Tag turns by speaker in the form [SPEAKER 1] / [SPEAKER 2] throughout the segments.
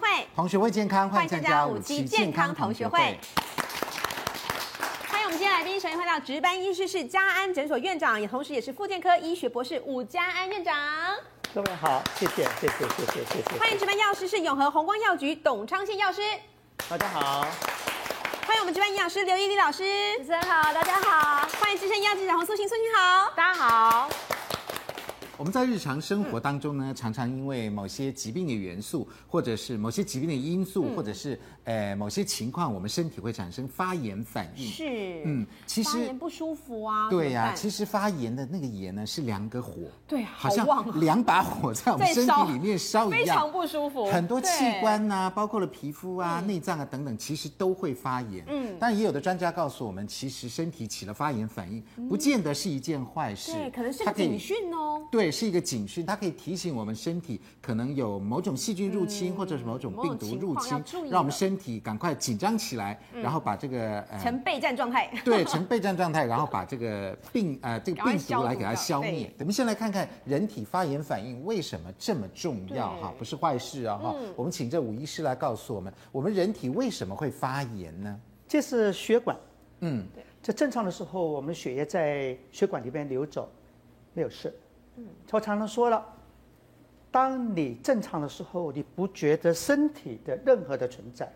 [SPEAKER 1] 会，
[SPEAKER 2] 同学会健康，
[SPEAKER 1] 欢迎参加五
[SPEAKER 2] 期
[SPEAKER 1] 期健康同学会。欢迎我们今天来宾，首先欢迎到值班医师是嘉安诊所院长，也同时也是复健科医学博士伍嘉安院长。
[SPEAKER 3] 各位好，谢谢，谢谢，谢谢，谢谢。
[SPEAKER 1] 欢迎值班药师是永和宏光药局董昌宪药师。
[SPEAKER 3] 大家好，
[SPEAKER 1] 欢迎我们值班营养师刘依丽老师。
[SPEAKER 4] 主持人好，大家好，
[SPEAKER 1] 欢迎资深医药记者洪素琴，素琴好。
[SPEAKER 4] 大家好。
[SPEAKER 2] 我们在日常生活当中
[SPEAKER 1] 嗯
[SPEAKER 2] 呢，常常因为某些疾病的元素，或者是某些疾病的因素，
[SPEAKER 1] 嗯
[SPEAKER 2] 或者是呃某些情况，我们身体会产生发炎反应。
[SPEAKER 1] 是，
[SPEAKER 2] 嗯，其
[SPEAKER 1] 发
[SPEAKER 2] 实
[SPEAKER 1] 炎不舒服啊。
[SPEAKER 2] 对呀、
[SPEAKER 1] 呀、
[SPEAKER 2] 其实发炎的那个炎呢是两个火，
[SPEAKER 1] 对
[SPEAKER 2] 好
[SPEAKER 1] 好旺啊
[SPEAKER 2] 像两把火在我们
[SPEAKER 1] 在
[SPEAKER 2] 身
[SPEAKER 1] 烧
[SPEAKER 2] 体里面烧一
[SPEAKER 1] 非
[SPEAKER 2] 样
[SPEAKER 1] 常。不舒服，
[SPEAKER 2] 很多器
[SPEAKER 1] 对。嗯
[SPEAKER 2] 官呐、包括了皮肤啊、内脏啊等等，其实都会发炎。嗯，但也有的专家告诉我们，其实身体起了发炎反应，不见得是一件坏事，
[SPEAKER 1] 嗯对，可能是
[SPEAKER 2] 它
[SPEAKER 1] 个
[SPEAKER 2] 可以
[SPEAKER 1] 警讯哦。
[SPEAKER 2] 对，是一个警讯，它可以提醒我们身体可能有某种细菌入侵，或者是某种
[SPEAKER 1] 嗯某
[SPEAKER 2] 病
[SPEAKER 1] 种情
[SPEAKER 2] 毒入
[SPEAKER 1] 况要
[SPEAKER 2] 侵
[SPEAKER 1] 注，意嗯
[SPEAKER 2] 让我们
[SPEAKER 1] 了
[SPEAKER 2] 身体赶快紧张起来，然后把这个呃。
[SPEAKER 1] 成备战状态。
[SPEAKER 2] 对，呈备战状态，然后把这个病呃这个
[SPEAKER 1] 赶快
[SPEAKER 2] 病
[SPEAKER 1] 消
[SPEAKER 2] 毒来
[SPEAKER 1] 毒
[SPEAKER 2] 给它
[SPEAKER 1] 掉
[SPEAKER 2] 消
[SPEAKER 1] 对
[SPEAKER 2] 灭。我们先来看看人体发炎反应为什么这么重要哈，不是坏事啊哈。
[SPEAKER 1] 嗯
[SPEAKER 2] 我们请这吴医师来告诉我们，我们人体为什么会发炎呢？
[SPEAKER 3] 这是血管。
[SPEAKER 2] 嗯，
[SPEAKER 3] 在正常的时候，我们血液在血管里边流走，没有事。嗯，我常常说了，当你正常的时候，你不觉得身体的任何的存在。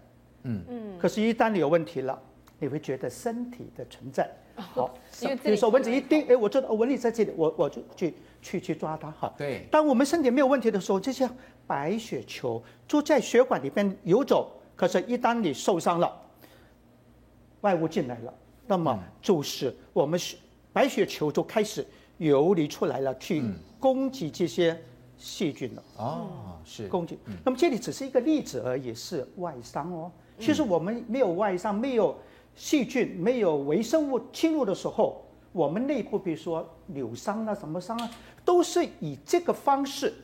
[SPEAKER 3] 嗯嗯。可是，一旦你有问题了，你会觉得身体的存在。好，
[SPEAKER 1] 哦因为这里
[SPEAKER 3] 比如说蚊子一叮，哎，我知道哦蚊子在这里，我我就去去去抓它哈。
[SPEAKER 2] 对
[SPEAKER 3] 当我们身体没有问题的时候，这些白血球就在血管里边游走。可是，一旦你受伤了，外物进来了，那么就是我们血白血球就开始游离出来了，去攻击这些细菌了。
[SPEAKER 2] 哦，是
[SPEAKER 3] 攻击。那么这里只是一个例子而已，是外伤哦。其实我们没有外伤，没有细菌、没有微生物侵入的时候，我们内部比如说扭伤啊、什么伤啊，都是以这个方式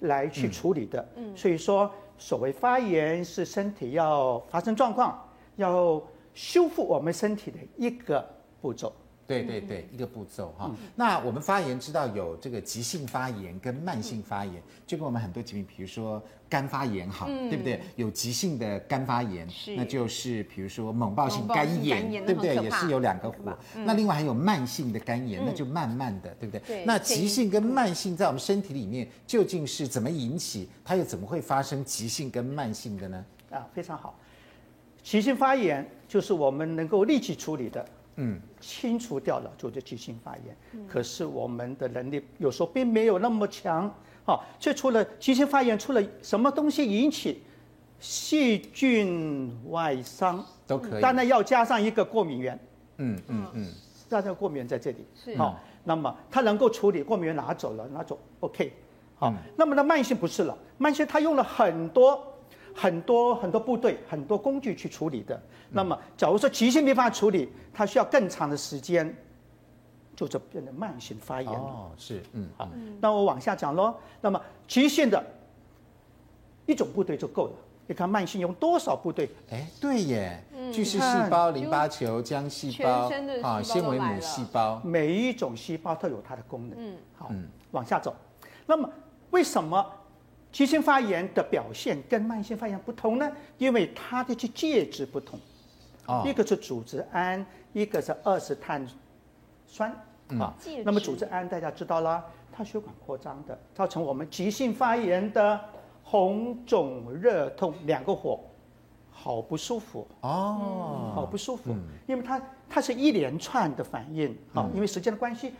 [SPEAKER 3] 来去处理的。所以说，所谓发炎是身体要发生状况，要修复我们身体的一个步骤。
[SPEAKER 2] 对对对，
[SPEAKER 1] 嗯
[SPEAKER 2] 一个步骤哈。那我们发炎知道有这个急性发炎跟慢性发
[SPEAKER 1] 嗯
[SPEAKER 2] 炎，就跟我们很多疾病，比如说肝发炎好，对不对？有急性的肝发炎
[SPEAKER 1] 嗯是，
[SPEAKER 2] 那就是比如说猛暴性
[SPEAKER 1] 猛暴
[SPEAKER 2] 肝
[SPEAKER 1] 性
[SPEAKER 2] 炎，
[SPEAKER 1] 肝炎
[SPEAKER 2] 对不对？
[SPEAKER 1] 那很
[SPEAKER 2] 也
[SPEAKER 1] 可怕嗯
[SPEAKER 2] 是有两个火。那另外还有慢性的肝炎，那就慢慢的，对不对？
[SPEAKER 1] 对嗯
[SPEAKER 2] 那
[SPEAKER 1] 建
[SPEAKER 2] 急
[SPEAKER 1] 议
[SPEAKER 2] 性跟慢性在我们身体里面究竟是怎么引起？它又怎么会发生急性跟慢性的呢？
[SPEAKER 3] 啊，非常好。急性发炎就是我们能够立即处理的，
[SPEAKER 2] 嗯，
[SPEAKER 3] 清除掉了就是急性发炎。可是我们的能力有时候并没有那么强，啊，所以除了急性发炎，除了什么东西引起细菌外伤，
[SPEAKER 2] 都可以。
[SPEAKER 3] 当然要加上一个过敏源，
[SPEAKER 2] 嗯嗯嗯，
[SPEAKER 3] 加上过敏源在这里，
[SPEAKER 1] 是
[SPEAKER 3] 好、那么它能够处理过敏源拿走了，拿走 OK，好、
[SPEAKER 2] 嗯
[SPEAKER 3] 那么呢，慢性不是了，慢性它用了很多很多很多部队、很多工具去处理的。
[SPEAKER 2] 嗯
[SPEAKER 3] 那么，假如说急性没办法处理，它需要更长的时间，就是变成慢性发炎了。
[SPEAKER 2] 哦，是，嗯，
[SPEAKER 3] 好，那我往下讲喽。那么急性的一种部队就够了。你看慢性用多少部队？
[SPEAKER 2] 哎，对耶，
[SPEAKER 1] 嗯
[SPEAKER 2] 巨噬
[SPEAKER 3] 看
[SPEAKER 2] 细胞、淋巴球、浆细
[SPEAKER 1] 全
[SPEAKER 2] 胞啊
[SPEAKER 1] 身的细胞
[SPEAKER 2] 纤
[SPEAKER 1] 都
[SPEAKER 2] 维
[SPEAKER 1] 来
[SPEAKER 2] 母
[SPEAKER 1] 了
[SPEAKER 2] 细胞，
[SPEAKER 3] 每一种细胞都有它的功能。
[SPEAKER 1] 嗯，
[SPEAKER 3] 好，往下走。那么为什么急性发炎的表现跟慢性发炎不同呢？因为它的去介质不同，
[SPEAKER 1] 嗯
[SPEAKER 2] 哦
[SPEAKER 3] 一个是组织胺，一个是二次碳酸
[SPEAKER 2] 嗯
[SPEAKER 3] 啊
[SPEAKER 1] 介质。
[SPEAKER 3] 那么组织胺大家知道啦，它血管扩张的，造成我们急性发炎的红肿热痛两个火，好不舒服。
[SPEAKER 1] 嗯
[SPEAKER 2] 哦，
[SPEAKER 3] 好不舒服，因为它它是一连串的反应，好、
[SPEAKER 2] 嗯
[SPEAKER 3] 因为时间的关系，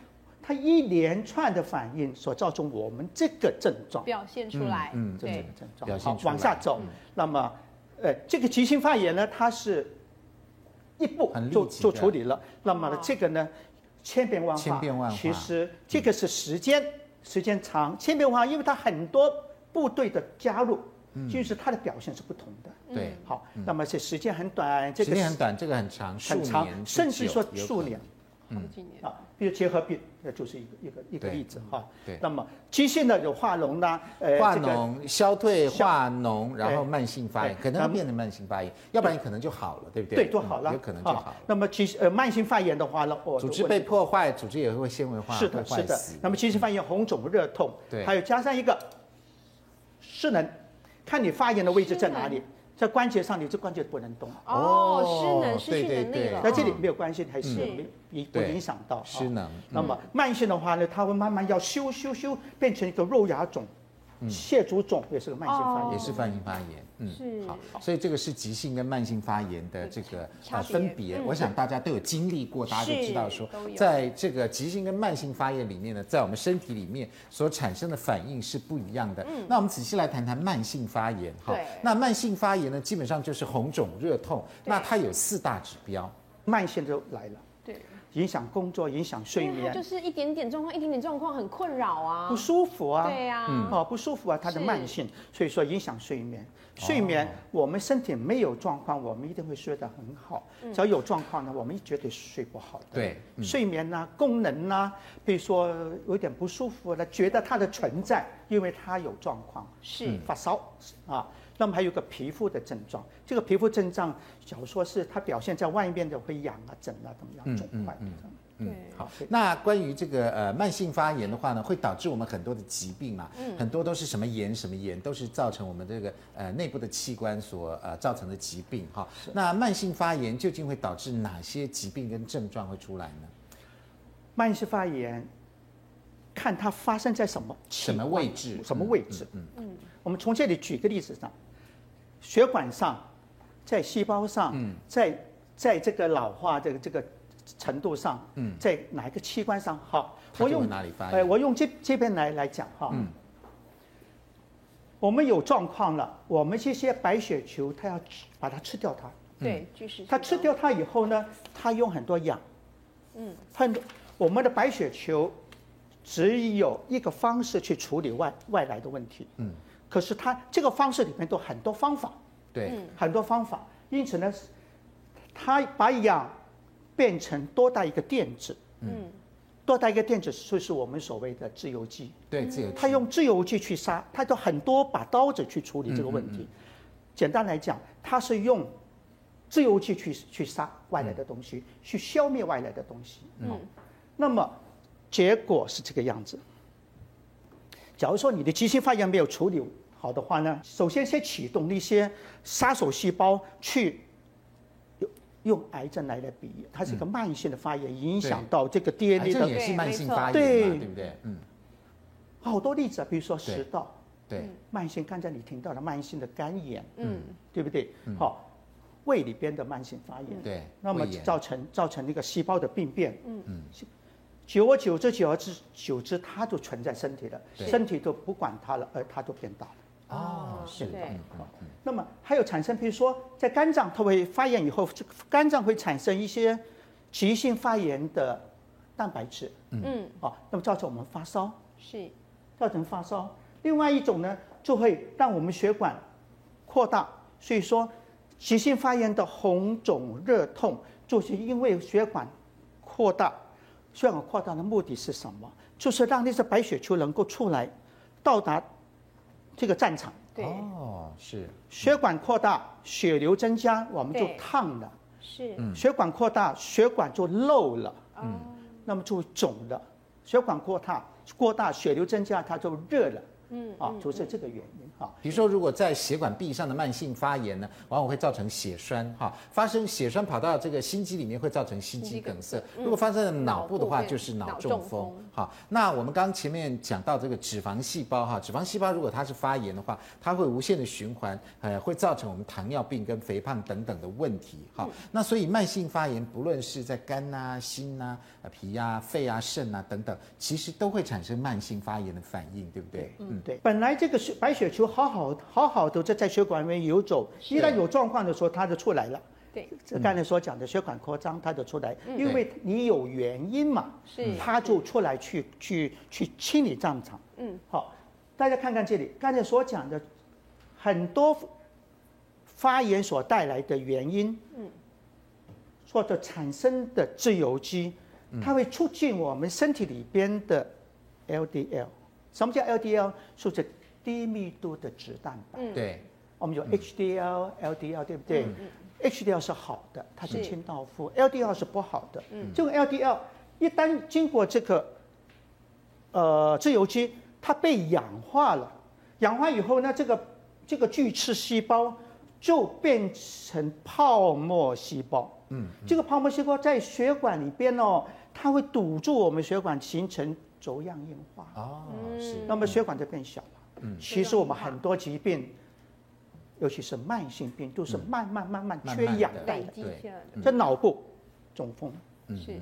[SPEAKER 3] 它一连串的反应所造成我们这个症状，
[SPEAKER 1] 表现出来，
[SPEAKER 2] 嗯嗯
[SPEAKER 3] 这
[SPEAKER 1] 对
[SPEAKER 3] 个，症状，
[SPEAKER 2] 表现
[SPEAKER 3] 好
[SPEAKER 2] 出来嗯
[SPEAKER 3] 往下走，那么，呃，这个急性发炎呢，它是一步
[SPEAKER 2] 很立
[SPEAKER 3] 就
[SPEAKER 2] 即
[SPEAKER 3] 就
[SPEAKER 2] 的
[SPEAKER 3] 处理了，那么呢
[SPEAKER 1] 哦，
[SPEAKER 3] 这个呢，千变万化，
[SPEAKER 2] 千变万化嗯
[SPEAKER 3] 其实这个是时间时间长，千变万化，因为它很多部队的加入，
[SPEAKER 2] 嗯
[SPEAKER 3] 就是它的表现是不同的。
[SPEAKER 1] 嗯
[SPEAKER 2] 对，
[SPEAKER 3] 好，那么这时间很短，哎
[SPEAKER 2] 嗯
[SPEAKER 3] 这
[SPEAKER 2] 时
[SPEAKER 3] 个
[SPEAKER 2] 间很短，这个很长，数
[SPEAKER 3] 很长
[SPEAKER 2] 年，之
[SPEAKER 3] 甚至
[SPEAKER 2] 久
[SPEAKER 3] 说
[SPEAKER 2] 有
[SPEAKER 3] 数
[SPEAKER 2] 可能
[SPEAKER 3] 年
[SPEAKER 2] 嗯
[SPEAKER 1] 好几年。
[SPEAKER 3] 啊。比如结核病，那就是一个一个一个
[SPEAKER 2] 对
[SPEAKER 3] 例子哈。
[SPEAKER 2] 对
[SPEAKER 3] 那么急性的有化脓啦，呃，
[SPEAKER 2] 化
[SPEAKER 3] 这个
[SPEAKER 2] 脓、消退、
[SPEAKER 3] 消
[SPEAKER 2] 化脓，然后慢性发炎，
[SPEAKER 3] 对
[SPEAKER 2] 可能
[SPEAKER 3] 咱
[SPEAKER 2] 会
[SPEAKER 3] 们
[SPEAKER 2] 变成慢性发炎，要不然可能就好了，对不对？
[SPEAKER 3] 对就好
[SPEAKER 2] 嗯
[SPEAKER 3] 了，
[SPEAKER 2] 有可能就好
[SPEAKER 3] 啊
[SPEAKER 2] 了。
[SPEAKER 3] 那么急呃慢性发炎的话呢，哦，
[SPEAKER 2] 组织
[SPEAKER 3] 问题
[SPEAKER 2] 被破坏，组织也会纤维化，
[SPEAKER 3] 是的
[SPEAKER 2] 会
[SPEAKER 3] 是
[SPEAKER 2] 坏
[SPEAKER 3] 的
[SPEAKER 2] 死。嗯
[SPEAKER 3] 那么急性发炎红肿热痛，
[SPEAKER 2] 对
[SPEAKER 3] 还有加上一个失能，看你发炎的位置在哪里，在关节上，你这关节不能动，
[SPEAKER 1] 哦，失
[SPEAKER 2] 哦
[SPEAKER 1] 能失
[SPEAKER 2] 对
[SPEAKER 1] 去
[SPEAKER 2] 对
[SPEAKER 1] 能力
[SPEAKER 2] 对
[SPEAKER 1] 了。
[SPEAKER 3] 在这里
[SPEAKER 1] 嗯
[SPEAKER 3] 没有关系，还是
[SPEAKER 1] 嗯
[SPEAKER 3] 没影不
[SPEAKER 2] 对
[SPEAKER 3] 影响到啊
[SPEAKER 2] 失能
[SPEAKER 3] 那么
[SPEAKER 2] 嗯
[SPEAKER 3] 慢性的话呢，它会慢慢要修修修，变成一个肉芽肿、
[SPEAKER 2] 嗯
[SPEAKER 3] 蟹足肿，也是个慢性发炎
[SPEAKER 2] 也。
[SPEAKER 1] 哦
[SPEAKER 2] 是泛性发炎，嗯，
[SPEAKER 1] 是
[SPEAKER 2] 好，所以这个是急性跟慢性发炎的这个
[SPEAKER 4] 嗯差
[SPEAKER 2] 呃
[SPEAKER 4] 别嗯
[SPEAKER 2] 分别，我想大家都有经历过，大家就知道说
[SPEAKER 4] 都有，
[SPEAKER 2] 在这个急性跟慢性发炎里面呢，在我们身体里面所产生的反应是不一样的。那我们仔细来谈谈慢性发炎哈
[SPEAKER 4] 嗯对，
[SPEAKER 2] 那慢性发炎呢，基本上就是红肿热痛，那它有四大指标，
[SPEAKER 3] 慢性就来了，
[SPEAKER 4] 对，
[SPEAKER 3] 影响工作，影响睡
[SPEAKER 1] 因为他就
[SPEAKER 3] 眠，
[SPEAKER 1] 是一点点状况，一点点状况很困扰啊
[SPEAKER 3] 不。舒服啊。
[SPEAKER 1] 对呀、
[SPEAKER 2] 嗯
[SPEAKER 3] 哦，不舒服啊，它的
[SPEAKER 1] 是
[SPEAKER 3] 慢性，所以说影响睡眠。睡眠，
[SPEAKER 2] 哦
[SPEAKER 3] 我们身体没有状况，我们一定会睡得很好。
[SPEAKER 1] 嗯
[SPEAKER 3] 只要有状况呢，我们绝对睡不好的。
[SPEAKER 2] 对嗯
[SPEAKER 3] 睡眠呐、功能呐、比如说有点不舒服了，觉得它的存在，因为它有状况，
[SPEAKER 1] 是
[SPEAKER 3] 发烧啊。那么还有个皮肤的症状，这个皮肤症状，假如说是它表现在外面的会痒啊、疹啊怎么样、肿块等等。
[SPEAKER 1] 对，
[SPEAKER 2] 好，那关于这个呃慢性发炎的话呢，会导致我们很多的疾病嘛，
[SPEAKER 3] 嗯
[SPEAKER 2] 很多都是什么炎什么炎，都是造成我们这个呃内部的器官所呃造成的疾病哈。那慢性发炎究竟会导致哪些疾病跟症状会出来呢？
[SPEAKER 3] 慢性发炎，看它发生在什么器
[SPEAKER 2] 什么位置？
[SPEAKER 3] 什么位置？嗯嗯，我们从这里举个例子上，血管上，在细胞上，在在这个老化这个这个程度上，嗯，在哪一个器官上？好，
[SPEAKER 2] 它就
[SPEAKER 3] 我
[SPEAKER 2] 会
[SPEAKER 3] 用
[SPEAKER 2] 哪里发
[SPEAKER 3] 哎，
[SPEAKER 2] 炎
[SPEAKER 3] 我用这这边来来讲哈。我们有状况了，我们这些白血球它要吃把它吃掉它，
[SPEAKER 1] 对，就是
[SPEAKER 3] 它吃掉它以后呢，它用很多氧，嗯，很多我们的白血球只有一个方式去处理外外来的问题，嗯，可是它这个方式里面都很多方法，
[SPEAKER 2] 对，
[SPEAKER 3] 很多方法，因此呢，它把氧变成多大一个电子，
[SPEAKER 1] 嗯，
[SPEAKER 3] 多大一个电子就是我们所谓的自由基，
[SPEAKER 2] 对，这个
[SPEAKER 3] 他用自由基去杀，他有很多把刀子去处理这个问
[SPEAKER 2] 嗯
[SPEAKER 3] 题。简单来讲，他是用自由基去去杀外来的东西，去消灭外来的东西。嗯，那么结果是这个样子。假如说你的急性发炎没有处理好的话呢，首先先启动那些杀手细胞去用用癌症来来比，它是一个慢性的发炎，影响到这个
[SPEAKER 2] 嗯癌
[SPEAKER 3] DNA
[SPEAKER 2] 症
[SPEAKER 3] 的
[SPEAKER 2] 也是慢性发炎嘛，
[SPEAKER 3] 对
[SPEAKER 2] 对不对？嗯，
[SPEAKER 3] 好多例子，啊，比如说食道。
[SPEAKER 2] 对，
[SPEAKER 3] 慢性，刚才你听到了慢性的肝炎，
[SPEAKER 1] 嗯，
[SPEAKER 3] 对不对？好、胃里边的慢性发炎，
[SPEAKER 2] 对
[SPEAKER 3] 嗯那么
[SPEAKER 2] 嗯胃炎
[SPEAKER 3] 造成造成那个细胞的病变，嗯嗯，久而久之，久而之久之，它就存在身体了，
[SPEAKER 2] 对
[SPEAKER 3] 身体都不管它了，而它就变大了。
[SPEAKER 2] 哦，是的，
[SPEAKER 1] 对
[SPEAKER 2] 嗯嗯
[SPEAKER 3] 那么还有产生，比如说在肝脏，它会发炎以后，这个肝脏会产生一些急性发炎的蛋白质，
[SPEAKER 1] 嗯
[SPEAKER 3] 啊，那么造成我们发烧，
[SPEAKER 1] 是
[SPEAKER 3] 造成发烧。另外一种呢，就会让我们血管扩大，所以说急性发炎的红肿热痛，就是因为血管扩大。血管扩大的目的是什么？就是让那些白血球能够出来，到达这个战场。
[SPEAKER 1] 对、
[SPEAKER 2] 哦，是，
[SPEAKER 3] 血管扩大，血流增加，我们就
[SPEAKER 1] 对
[SPEAKER 3] 烫了；
[SPEAKER 1] 是，
[SPEAKER 3] 血管扩大，血管就漏了。
[SPEAKER 1] 哦，
[SPEAKER 3] 那么就肿了，血管扩大，扩大血流增加，它就热了，嗯，啊，就是这个原因哈。
[SPEAKER 2] 比如说，如果在血管壁上的慢性发炎呢，往往会造成血栓哈，发生血栓跑到这个心肌里面会造成心肌梗塞，如果发生在脑部的
[SPEAKER 1] 脑
[SPEAKER 2] 话
[SPEAKER 1] 部会
[SPEAKER 2] 就是脑
[SPEAKER 1] 脑
[SPEAKER 2] 中
[SPEAKER 1] 中
[SPEAKER 2] 风
[SPEAKER 1] 风。
[SPEAKER 2] 好，那我们刚前面讲到这个脂肪细胞哈，脂肪细胞如果它是发炎的话，它会无限的循环，呃，会造成我们糖尿病跟肥胖等等的问题哈。那所以慢性发炎，不论是在肝啊、心啊、呃脾啊、肺啊、肾啊等等，其实都会产生慢性发炎的反应，对不对？
[SPEAKER 3] 嗯，对，本来这个血白血球好好好好的在在血管里面游走，一旦有状况的时候，它就出来了。
[SPEAKER 1] 对，
[SPEAKER 3] 这刚才所讲的血管扩张，它就出来，因为你有原因嘛，
[SPEAKER 1] 嗯是
[SPEAKER 3] 它就出来去去去清理战场。
[SPEAKER 1] 嗯，
[SPEAKER 3] 好，大家看看这里，刚才所讲的很多发炎所带来的原因，嗯，或者产生的自由基，
[SPEAKER 1] 嗯
[SPEAKER 3] 它会促进我们身体里边的 LDL。什么叫 LDL？是指低密度的脂蛋白。
[SPEAKER 2] 对，
[SPEAKER 3] 我们有 HDL、LDL，对不对、h d l 是好的，它是
[SPEAKER 1] 是
[SPEAKER 3] 清道夫；LDL 是不好的。这个 LDL 一旦经过这个呃自由基，它被氧化了，氧化以后呢，这个这个巨噬细胞就变成泡沫细胞。嗯，这个泡沫细胞在血管里边哦，它会堵住我们血管，形成轴样硬化，
[SPEAKER 2] 哦，是
[SPEAKER 1] 嗯
[SPEAKER 3] 那么血管就变小了。嗯，其实我们很多疾病，尤其是慢性病，都是慢慢慢慢
[SPEAKER 2] 嗯慢
[SPEAKER 3] 缺
[SPEAKER 2] 慢
[SPEAKER 3] 氧
[SPEAKER 2] 的嗯
[SPEAKER 3] 带
[SPEAKER 1] 累
[SPEAKER 3] 的。
[SPEAKER 1] 积
[SPEAKER 2] 对
[SPEAKER 1] 起来的，
[SPEAKER 3] 在脑部中风，
[SPEAKER 1] 是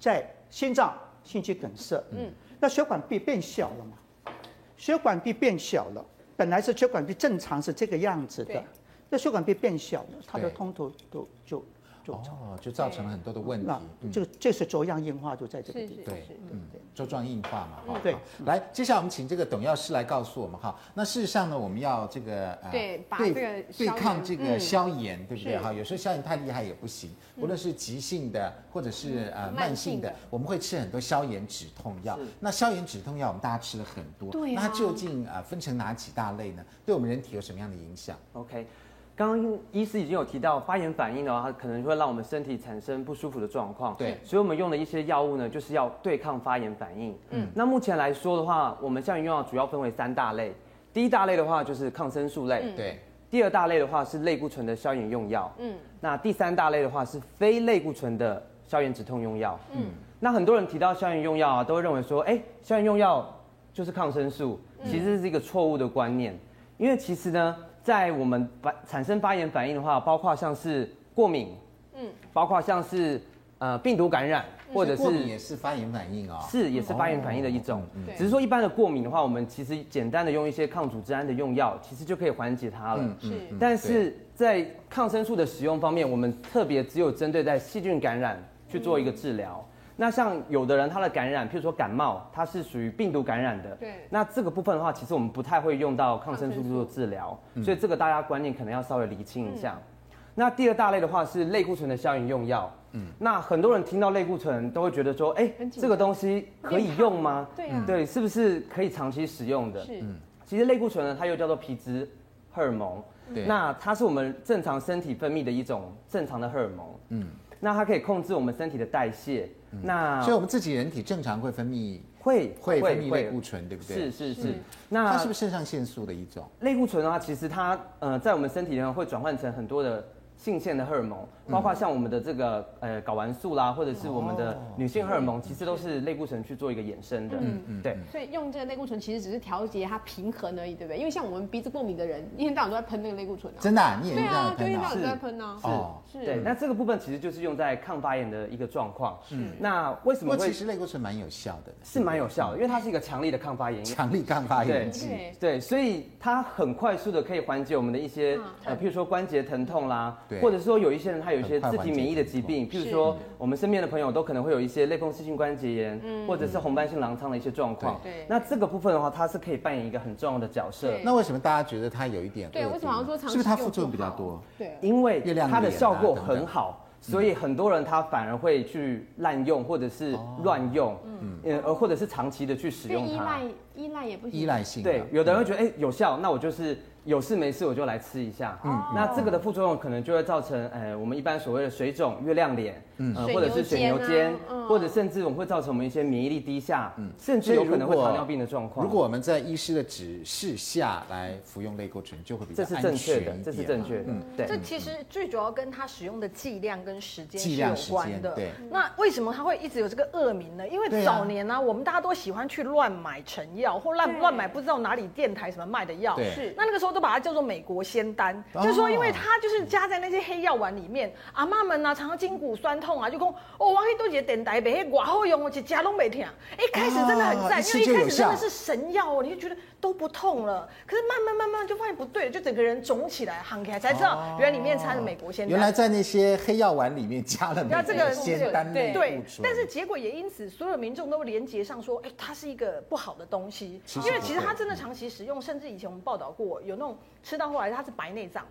[SPEAKER 3] 在心脏心肌梗塞，嗯，那血管壁变小了嘛，血管壁变小了，本来是血管壁正常是这个样子的
[SPEAKER 1] 对，
[SPEAKER 3] 那血管壁变小了，它的
[SPEAKER 2] 对
[SPEAKER 3] 通透都就就走
[SPEAKER 2] 哦，就造成了很多的问题
[SPEAKER 3] 那。
[SPEAKER 2] 嗯
[SPEAKER 3] 这个这是粥样硬化就在这个
[SPEAKER 1] 是
[SPEAKER 3] 地
[SPEAKER 1] 是
[SPEAKER 3] 方，
[SPEAKER 2] 对
[SPEAKER 1] 是，
[SPEAKER 3] 嗯对。
[SPEAKER 2] 周状硬化嘛，哈、
[SPEAKER 3] 对
[SPEAKER 2] 好来，接下来我们请这个董药师来告诉我们哈。那事实上呢，我们要这个呃，
[SPEAKER 1] 对把这个
[SPEAKER 2] 对
[SPEAKER 1] 消
[SPEAKER 2] 对
[SPEAKER 1] 炎
[SPEAKER 2] 抗这个
[SPEAKER 1] 嗯
[SPEAKER 2] 消炎，对不对？
[SPEAKER 1] 是嗯
[SPEAKER 2] 哈，有时候消炎太厉害也不行，无论是急性的或者是呃
[SPEAKER 1] 慢
[SPEAKER 2] 慢性
[SPEAKER 1] 性
[SPEAKER 2] 的
[SPEAKER 1] 的，
[SPEAKER 2] 我们会吃很多消炎止痛药。那消炎止痛药我们大家吃了很多，
[SPEAKER 1] 对
[SPEAKER 2] 那它
[SPEAKER 1] 啊
[SPEAKER 2] 究竟呃分成哪几大类呢？对我们人体有什么样的影响？
[SPEAKER 5] OK，刚刚医师已经有提到发炎反应的话，它可能会让我们身体产生不舒服的状况。
[SPEAKER 2] 对
[SPEAKER 5] 所以我们用的一些药物呢，就是要对抗发炎反应。嗯，那目前来说的话，我们消炎用药主要分为三大类。第一大类的话就是抗生素类，
[SPEAKER 1] 嗯
[SPEAKER 2] 对，
[SPEAKER 5] 第二大类的话是类固醇的消炎用药，嗯，那第三大类的话是非类固醇的消炎止痛用药，嗯，那很多人提到消炎用药啊，都会认为说，哎、消炎用药就是抗生素，其实是一个错误的观念，因为其实呢，在我们发产生发炎反应的话，包括像是过敏，嗯，包括像是呃病毒感染，或者是
[SPEAKER 2] 过敏也是发炎反应哦。
[SPEAKER 5] 是，也是发炎反应的一种。
[SPEAKER 1] 对
[SPEAKER 5] 只是说一般的过敏的话，我们其实简单的用一些抗组织胺的用药，其实就可以缓解它
[SPEAKER 2] 嗯
[SPEAKER 5] 了。
[SPEAKER 1] 是
[SPEAKER 5] 但是在抗生素的使用方面，我们特别只有针对在细菌感染去做一个治疗。
[SPEAKER 1] 嗯
[SPEAKER 5] 那像有的人他的感染，譬如说感冒，它是属于病毒感染的。
[SPEAKER 1] 对
[SPEAKER 5] 那这个部分的话，其实我们不太会用到抗生素
[SPEAKER 1] 抗生素嗯
[SPEAKER 5] 做治疗，所以这个大家观念可能要稍微厘清一下。那第二大类的话是类固醇的消炎用药。嗯，那很多人听到类固醇都会觉得说，哎、
[SPEAKER 1] 很紧张
[SPEAKER 5] 这个东西可以用吗？
[SPEAKER 1] 对啊
[SPEAKER 5] 对，是不是可以长期使用的？
[SPEAKER 1] 是
[SPEAKER 5] 其实类固醇呢，它又叫做皮质荷尔蒙。
[SPEAKER 2] 对
[SPEAKER 5] 那它是我们正常身体分泌的一种正常的荷尔蒙。嗯，那它可以控制我们身体的代谢。那
[SPEAKER 2] 所以我们自己人体正常会分泌
[SPEAKER 5] 啊会
[SPEAKER 2] 嗯会分泌类固醇，对不对？
[SPEAKER 5] 是是是。
[SPEAKER 2] 它
[SPEAKER 5] 那
[SPEAKER 2] 是不是肾上腺素的一种？
[SPEAKER 5] 类固醇的话，其实它呃在我们身体里面会转换成很多的性腺的荷尔蒙，
[SPEAKER 2] 嗯
[SPEAKER 5] 包括像我们的这个呃睾丸素啦，或者是我们
[SPEAKER 2] 哦
[SPEAKER 5] 的女性荷尔蒙，其实都是类固醇去做一个衍生的。嗯嗯，对。
[SPEAKER 1] 所以用这个类固醇其实只是调节它平衡而已，对不对？因为像我们鼻子过敏的人，一天到晚都在喷那个类固醇啊。
[SPEAKER 2] 真的、啊，你也
[SPEAKER 1] 对
[SPEAKER 2] 用这样
[SPEAKER 1] 啊
[SPEAKER 2] 的，
[SPEAKER 1] 就一天
[SPEAKER 2] 喷
[SPEAKER 1] 到
[SPEAKER 2] 啊？
[SPEAKER 1] 晚都在喷啊。
[SPEAKER 2] 哦
[SPEAKER 1] 是
[SPEAKER 5] 对，那这个部分其实就是用在抗发炎的一个状况。嗯，那为什
[SPEAKER 2] 不
[SPEAKER 5] 么
[SPEAKER 2] 过其
[SPEAKER 5] 会
[SPEAKER 2] 实类固醇蛮有效的，
[SPEAKER 5] 是蛮有效的？因为它是一个强力的抗发炎
[SPEAKER 2] 嗯强力抗发炎剂。
[SPEAKER 1] 对，
[SPEAKER 5] 对，所以它很快速的可以缓解我们的一些、
[SPEAKER 1] 嗯
[SPEAKER 5] 呃，譬如说关节疼痛啦
[SPEAKER 2] 对，
[SPEAKER 5] 或者说有一些人他有一
[SPEAKER 2] 很
[SPEAKER 5] 些
[SPEAKER 2] 快
[SPEAKER 5] 自体免疫的疾病，譬如说我们身边的朋友都可能会有一些类风湿性关节炎，或者是红斑性狼疮的一些状况。
[SPEAKER 1] 对嗯对
[SPEAKER 5] 那这个部分的话，它是可以扮演一个很重要的角色
[SPEAKER 1] 对。
[SPEAKER 2] 那为什么大家觉得它有一点恶毒呢？
[SPEAKER 1] 对，为什么好像说长期
[SPEAKER 2] 是不是它
[SPEAKER 1] 用
[SPEAKER 2] 副作用
[SPEAKER 1] 不
[SPEAKER 2] 比较
[SPEAKER 1] 好
[SPEAKER 2] 多？？
[SPEAKER 1] 对，
[SPEAKER 5] 因为
[SPEAKER 2] 月亮
[SPEAKER 5] 它的
[SPEAKER 2] 脸啊
[SPEAKER 5] 效果
[SPEAKER 2] 等等
[SPEAKER 5] 很好，所以很多人他反而会去滥用或者是
[SPEAKER 2] 哦
[SPEAKER 5] 乱用，嗯，呃，或者是长期的去使
[SPEAKER 1] 变
[SPEAKER 5] 用
[SPEAKER 1] 依
[SPEAKER 5] 它
[SPEAKER 1] 赖。依赖也不行。啊
[SPEAKER 2] 依赖性啊嗯的
[SPEAKER 5] 对，有的人会觉得哎、有效，那我就是有事没事我就来吃一下。嗯，那这个的副作用可能就会造成，呃，我们一般所谓的水肿、月亮脸，嗯，
[SPEAKER 1] 水
[SPEAKER 5] 或者是水
[SPEAKER 1] 牛
[SPEAKER 5] 牛
[SPEAKER 1] 肩啊
[SPEAKER 5] 肩，
[SPEAKER 1] 嗯
[SPEAKER 5] 或者甚至我们会造成我们一些免疫力低下，嗯，甚
[SPEAKER 2] 所
[SPEAKER 5] 至
[SPEAKER 2] 以
[SPEAKER 5] 有可能会
[SPEAKER 2] 如果
[SPEAKER 5] 糖尿病的状况。
[SPEAKER 2] 如果我们在医师的指示下来服用类固醇，就会比较
[SPEAKER 5] 这是正确的
[SPEAKER 2] 安全一，
[SPEAKER 5] 这是
[SPEAKER 2] 点
[SPEAKER 5] 正确的，对。
[SPEAKER 6] 这其实最主要跟它使用的剂量跟时
[SPEAKER 2] 嗯
[SPEAKER 6] 间
[SPEAKER 2] 剂
[SPEAKER 6] 是
[SPEAKER 2] 量
[SPEAKER 6] 有
[SPEAKER 2] 时间
[SPEAKER 6] 关的。
[SPEAKER 2] 对
[SPEAKER 6] 那为什么它会一直有这个恶名呢？因
[SPEAKER 2] 对啊
[SPEAKER 6] 为早年呢、我们大家都喜欢去乱买成药，或乱
[SPEAKER 1] 对
[SPEAKER 6] 乱买不知道哪里电台什么卖的药。
[SPEAKER 2] 对
[SPEAKER 1] 是
[SPEAKER 6] 那那个时候都把它叫做美国仙丹，
[SPEAKER 2] 哦
[SPEAKER 6] 就是说因为它就是加在那些黑药丸里面，阿妈们啊，常常筋骨酸痛啊，就讲哦，我迄多节电台买迄寡好用哦，一家拢没听。一开始真的很赞，
[SPEAKER 2] 啊
[SPEAKER 6] 因为
[SPEAKER 2] 一吃就
[SPEAKER 6] 一
[SPEAKER 2] 有
[SPEAKER 6] 开始真
[SPEAKER 2] 效
[SPEAKER 6] 的是神药哦，你就觉得都不痛了。可是慢慢慢慢就发现不对了，就整个人肿起来，喊起来才知道原来里面掺了美国仙丹。
[SPEAKER 2] 原来在那些黑药丸里面加了美
[SPEAKER 6] 嗯那这个
[SPEAKER 2] 国仙丹类
[SPEAKER 6] 对
[SPEAKER 2] 固
[SPEAKER 6] 对，
[SPEAKER 2] 醇，
[SPEAKER 6] 但是结果也因此，所有民众都连结上说，哎，它是一个不好的东西
[SPEAKER 2] 其，实
[SPEAKER 6] 因为
[SPEAKER 2] 不
[SPEAKER 6] 其实
[SPEAKER 2] 会
[SPEAKER 6] 它真的长期使用，甚至以前我们报道过，有那种吃到后来它是白内障。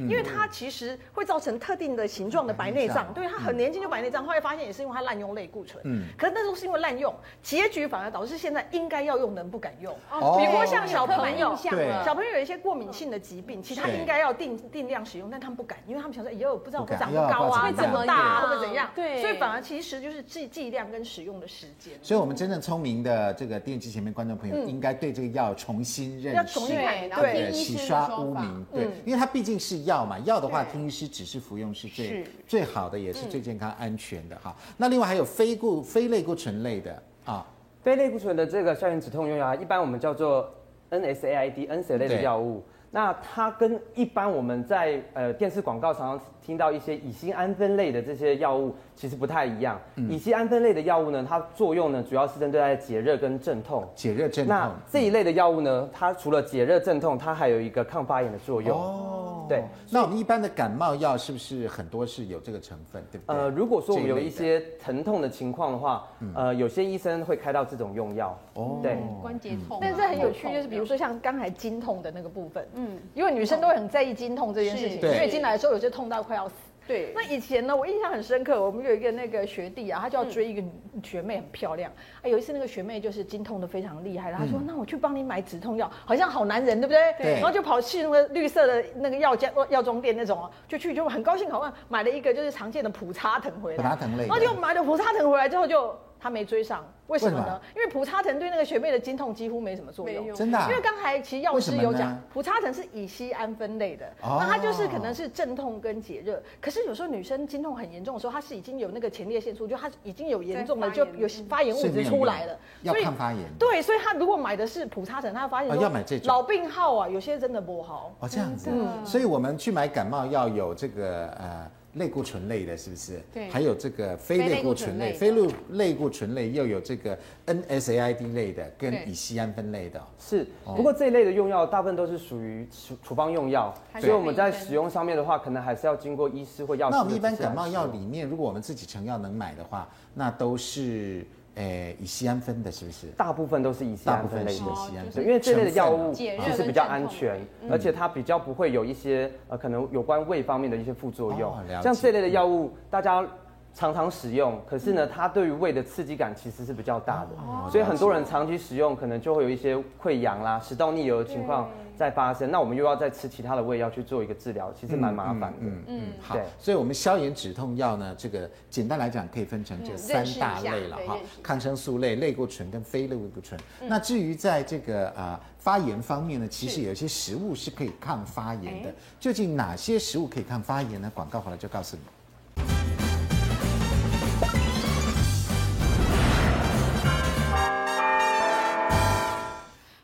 [SPEAKER 2] 嗯
[SPEAKER 6] 因为它其实会造成特定的形状的白内
[SPEAKER 2] 嗯
[SPEAKER 6] 障，对，它很年轻就白内障，后来发现也是因为它滥用类固醇，嗯，可是那时候是因为滥用，结局反而导致现在应该要用的人不敢用，
[SPEAKER 2] 哦
[SPEAKER 6] 比如说像小朋友。
[SPEAKER 2] 对
[SPEAKER 6] 小朋友有一些过敏性的疾病，其实他应该要定定量使用，但他们不敢，因为他们想说，哎呦，不知道会长
[SPEAKER 2] 不敢
[SPEAKER 6] 高啊，
[SPEAKER 2] 会
[SPEAKER 6] 会
[SPEAKER 2] 怎么
[SPEAKER 6] 长大啊，
[SPEAKER 1] 样
[SPEAKER 6] 会不会怎样？
[SPEAKER 1] 对
[SPEAKER 6] 所以反而啊其实就是剂剂量跟使用的时间。
[SPEAKER 2] 所以，我们真正聪明的这个电视前面观众朋
[SPEAKER 1] 嗯
[SPEAKER 2] 友，应该对这个药重新认识，
[SPEAKER 6] 要重新看
[SPEAKER 1] 对然后
[SPEAKER 2] 对
[SPEAKER 1] 听医
[SPEAKER 2] 洗
[SPEAKER 1] 生的
[SPEAKER 2] 刷
[SPEAKER 1] 说
[SPEAKER 2] 污
[SPEAKER 1] 法嗯
[SPEAKER 2] 名，对，因为它毕竟是药嘛，药的话，听医师只是服用是最
[SPEAKER 6] 是
[SPEAKER 2] 最好的，也
[SPEAKER 1] 嗯
[SPEAKER 2] 是最健康安全的哈。那另外还有非固非类固醇类的啊，
[SPEAKER 5] 非类固醇的这个消炎止痛用药，啊一般我们叫做 NSAID NSA 类的药物。那它跟一般我们在呃电视广告常常听到一些乙酰氨酚类的这些药物其实不太一样。
[SPEAKER 2] 嗯
[SPEAKER 5] 乙酰氨酚类的药物呢，它作用呢主要是针对在解热跟镇痛。
[SPEAKER 2] 解热镇痛
[SPEAKER 5] 那，这一类的药物呢，它除了解热镇痛，它还有一个抗发炎的作用。
[SPEAKER 2] 哦，
[SPEAKER 5] 对。
[SPEAKER 2] 那我们一般的感冒药是不是很多是有这个成分，对不对？
[SPEAKER 5] 呃，如果说我们有
[SPEAKER 2] 这
[SPEAKER 5] 一
[SPEAKER 2] 类的嗯
[SPEAKER 5] 些疼痛的情况的话，呃，有些医生会开到这种用药。
[SPEAKER 2] 哦
[SPEAKER 5] 对
[SPEAKER 1] 关节痛啊，
[SPEAKER 6] 但是很有趣，就是比如说像刚才经痛的那个部分，嗯，因为女生都会很在意经痛这件事情，
[SPEAKER 1] 是
[SPEAKER 6] 因为
[SPEAKER 2] 对
[SPEAKER 6] 经来的时候有些痛到快要死。
[SPEAKER 1] 对
[SPEAKER 6] 那以前呢，我印象很深刻，我们有一个那个学弟啊，他就要追一个女
[SPEAKER 2] 嗯
[SPEAKER 6] 学妹，很漂亮。啊，有一次那个学妹就是经痛的非常厉害，然后他说：“那我去帮你买止痛药，好像好男人，对不对？”
[SPEAKER 2] 嗯对
[SPEAKER 6] 然后就跑去那个绿色的那个药家药妆店那种啊，就去就很高兴，好像买了一个就是常见的普擦疼回来。
[SPEAKER 2] 普拉腾类的
[SPEAKER 6] 然后就买了普沙腾回来之后就。他没追上，为什么
[SPEAKER 2] 为什
[SPEAKER 6] 呢
[SPEAKER 2] 么？
[SPEAKER 6] 因为普沙腾对那个学妹的经痛几乎没什么作用
[SPEAKER 1] 没。用
[SPEAKER 2] 真的啊、
[SPEAKER 6] 因为刚才其实药师
[SPEAKER 2] 为什么
[SPEAKER 6] 有
[SPEAKER 2] 呢
[SPEAKER 6] 讲，普沙疼是乙酰氨酚类的，
[SPEAKER 2] 哦
[SPEAKER 6] 那它就是可能是镇痛跟解热。可是有时候女生经痛很严重的时候，她是已经有那个前列腺素，就她已经有严重的
[SPEAKER 1] 在
[SPEAKER 6] 就
[SPEAKER 1] 发炎
[SPEAKER 6] 有发炎物
[SPEAKER 2] 是没
[SPEAKER 6] 质
[SPEAKER 2] 有
[SPEAKER 6] 出
[SPEAKER 2] 用
[SPEAKER 6] 来了，
[SPEAKER 2] 要
[SPEAKER 6] 所以
[SPEAKER 2] 抗发炎
[SPEAKER 6] 对，所以她如果买的是普沙疼，她发现
[SPEAKER 2] 哦
[SPEAKER 6] 说
[SPEAKER 2] 要买这种
[SPEAKER 6] 老病号啊，有些真的不好。
[SPEAKER 2] 哦，这样子，所以我们去买感冒药有这个呃类固醇类的，是不是？
[SPEAKER 1] 对
[SPEAKER 2] 还有这个非类固醇类，
[SPEAKER 1] 非
[SPEAKER 2] 非
[SPEAKER 1] 类
[SPEAKER 2] 类类固醇类又有这个 NSAID 类的
[SPEAKER 1] 对
[SPEAKER 2] 跟乙酰氨酚类的哦。
[SPEAKER 5] 是，不过这一类的用药大部分都是属于处处方用药，
[SPEAKER 1] 还是
[SPEAKER 5] 所以我们在
[SPEAKER 1] 看医生
[SPEAKER 5] 使用上面的话，可能还是要经过医师或药师。
[SPEAKER 2] 那我们一般感冒药，里面，如果我们自己成药能买的话，那都是呃乙酰氨酚的，是不是？
[SPEAKER 5] 大部分都是乙酰氨酚
[SPEAKER 2] 大部
[SPEAKER 5] 类的
[SPEAKER 2] 分是乙酰氨
[SPEAKER 1] 哦
[SPEAKER 2] 酚，
[SPEAKER 1] 就是
[SPEAKER 5] 对，因为这类的药
[SPEAKER 2] 成分
[SPEAKER 5] 物
[SPEAKER 2] 啊
[SPEAKER 1] 解热
[SPEAKER 5] 其实比较安全
[SPEAKER 1] 跟，
[SPEAKER 5] 而
[SPEAKER 2] 嗯
[SPEAKER 5] 且它比较不会有一些呃可能有关胃方面的一些副作用
[SPEAKER 2] 哦了解。
[SPEAKER 5] 像这类的药物，大家常常使用，可是呢，
[SPEAKER 1] 嗯
[SPEAKER 5] 它对于胃的刺激感其实是比较大
[SPEAKER 2] 哦
[SPEAKER 5] 的，所以很多人长期使用，可能就会有一些溃疡啦、食道逆流的情况在发生。那我们又要再吃其他的胃药去做一个治疗，其实蛮麻烦的。
[SPEAKER 2] 嗯，好
[SPEAKER 5] 对，
[SPEAKER 2] 所以我们消炎止痛药呢，这个简单来讲可以分成这
[SPEAKER 1] 嗯
[SPEAKER 2] 三大类了
[SPEAKER 1] 认识一下
[SPEAKER 2] 哈
[SPEAKER 1] 对认识一下，嗯
[SPEAKER 2] 抗生素类、类固醇跟非类固醇。那至于在这个啊发炎方面呢，其实有一些食物是可以抗发炎
[SPEAKER 1] 哎
[SPEAKER 2] 的，究竟哪些食物可以抗发炎呢？广告回来就告诉你。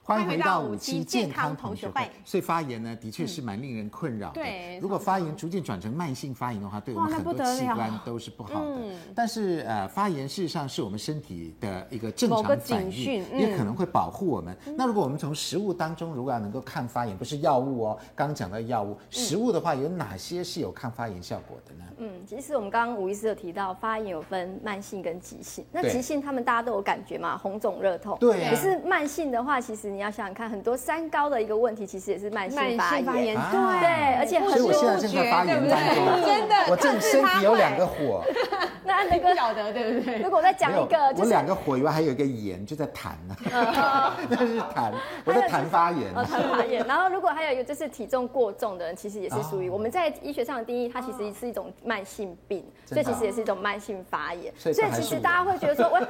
[SPEAKER 2] 欢迎回到五期健康同学会。所以发炎呢，的确是蛮令人困扰的。
[SPEAKER 1] 嗯对
[SPEAKER 2] 如果发炎逐渐转成慢性发炎的话，对我
[SPEAKER 1] 哇
[SPEAKER 2] 们
[SPEAKER 1] 那
[SPEAKER 2] 很多
[SPEAKER 1] 不得
[SPEAKER 2] 器
[SPEAKER 1] 了嗯
[SPEAKER 2] 官都是不好的。但是呃，发炎事实上是我们身体的一个正
[SPEAKER 1] 某
[SPEAKER 2] 常
[SPEAKER 1] 个
[SPEAKER 2] 反
[SPEAKER 1] 警
[SPEAKER 2] 应
[SPEAKER 1] 讯，嗯嗯
[SPEAKER 2] 也可能会保护我们。那如果我们从食物当中，如果要能够抗发炎，不是药物哦，刚刚讲到药
[SPEAKER 1] 嗯
[SPEAKER 2] 物，食物的话有哪些是有抗发炎效果的呢？
[SPEAKER 4] 嗯，其实我们刚刚吴医师有提到，发炎有分慢性跟急性。那
[SPEAKER 2] 对
[SPEAKER 4] 急性他们大家都有感觉嘛，红肿热痛。
[SPEAKER 2] 对啊
[SPEAKER 4] 可是慢性的话，其实你要想想看，很多三高的一个问题，其实也是慢性
[SPEAKER 1] 慢
[SPEAKER 4] 发
[SPEAKER 1] 性发
[SPEAKER 4] 炎。
[SPEAKER 1] 炎，
[SPEAKER 2] 啊
[SPEAKER 4] 对，而且
[SPEAKER 2] 所以
[SPEAKER 4] 很
[SPEAKER 2] 我
[SPEAKER 4] 多
[SPEAKER 2] 现在正在发炎当中，
[SPEAKER 1] 真的
[SPEAKER 2] 我正身体有两个火，
[SPEAKER 4] 那那
[SPEAKER 1] 不
[SPEAKER 4] 个，
[SPEAKER 1] 晓得对不对？
[SPEAKER 4] 如果再讲一个，就
[SPEAKER 2] 我
[SPEAKER 4] 是
[SPEAKER 2] 两个火以外还有一个炎就在痰呢，
[SPEAKER 4] 嗯
[SPEAKER 2] 那是痰，我 在痰发炎。
[SPEAKER 4] 呃，糖发炎。然后如果还有一个就是体重过重的人，其实也是属于、
[SPEAKER 2] 哦
[SPEAKER 4] 我们在医学上的定义，它其实是一种慢性病，
[SPEAKER 2] 真的
[SPEAKER 4] 所
[SPEAKER 2] 啊
[SPEAKER 4] 以其实也是一种慢性发炎。
[SPEAKER 2] 所以这还
[SPEAKER 4] 其
[SPEAKER 2] 是
[SPEAKER 4] 实
[SPEAKER 2] 我
[SPEAKER 4] 大家会觉得说，我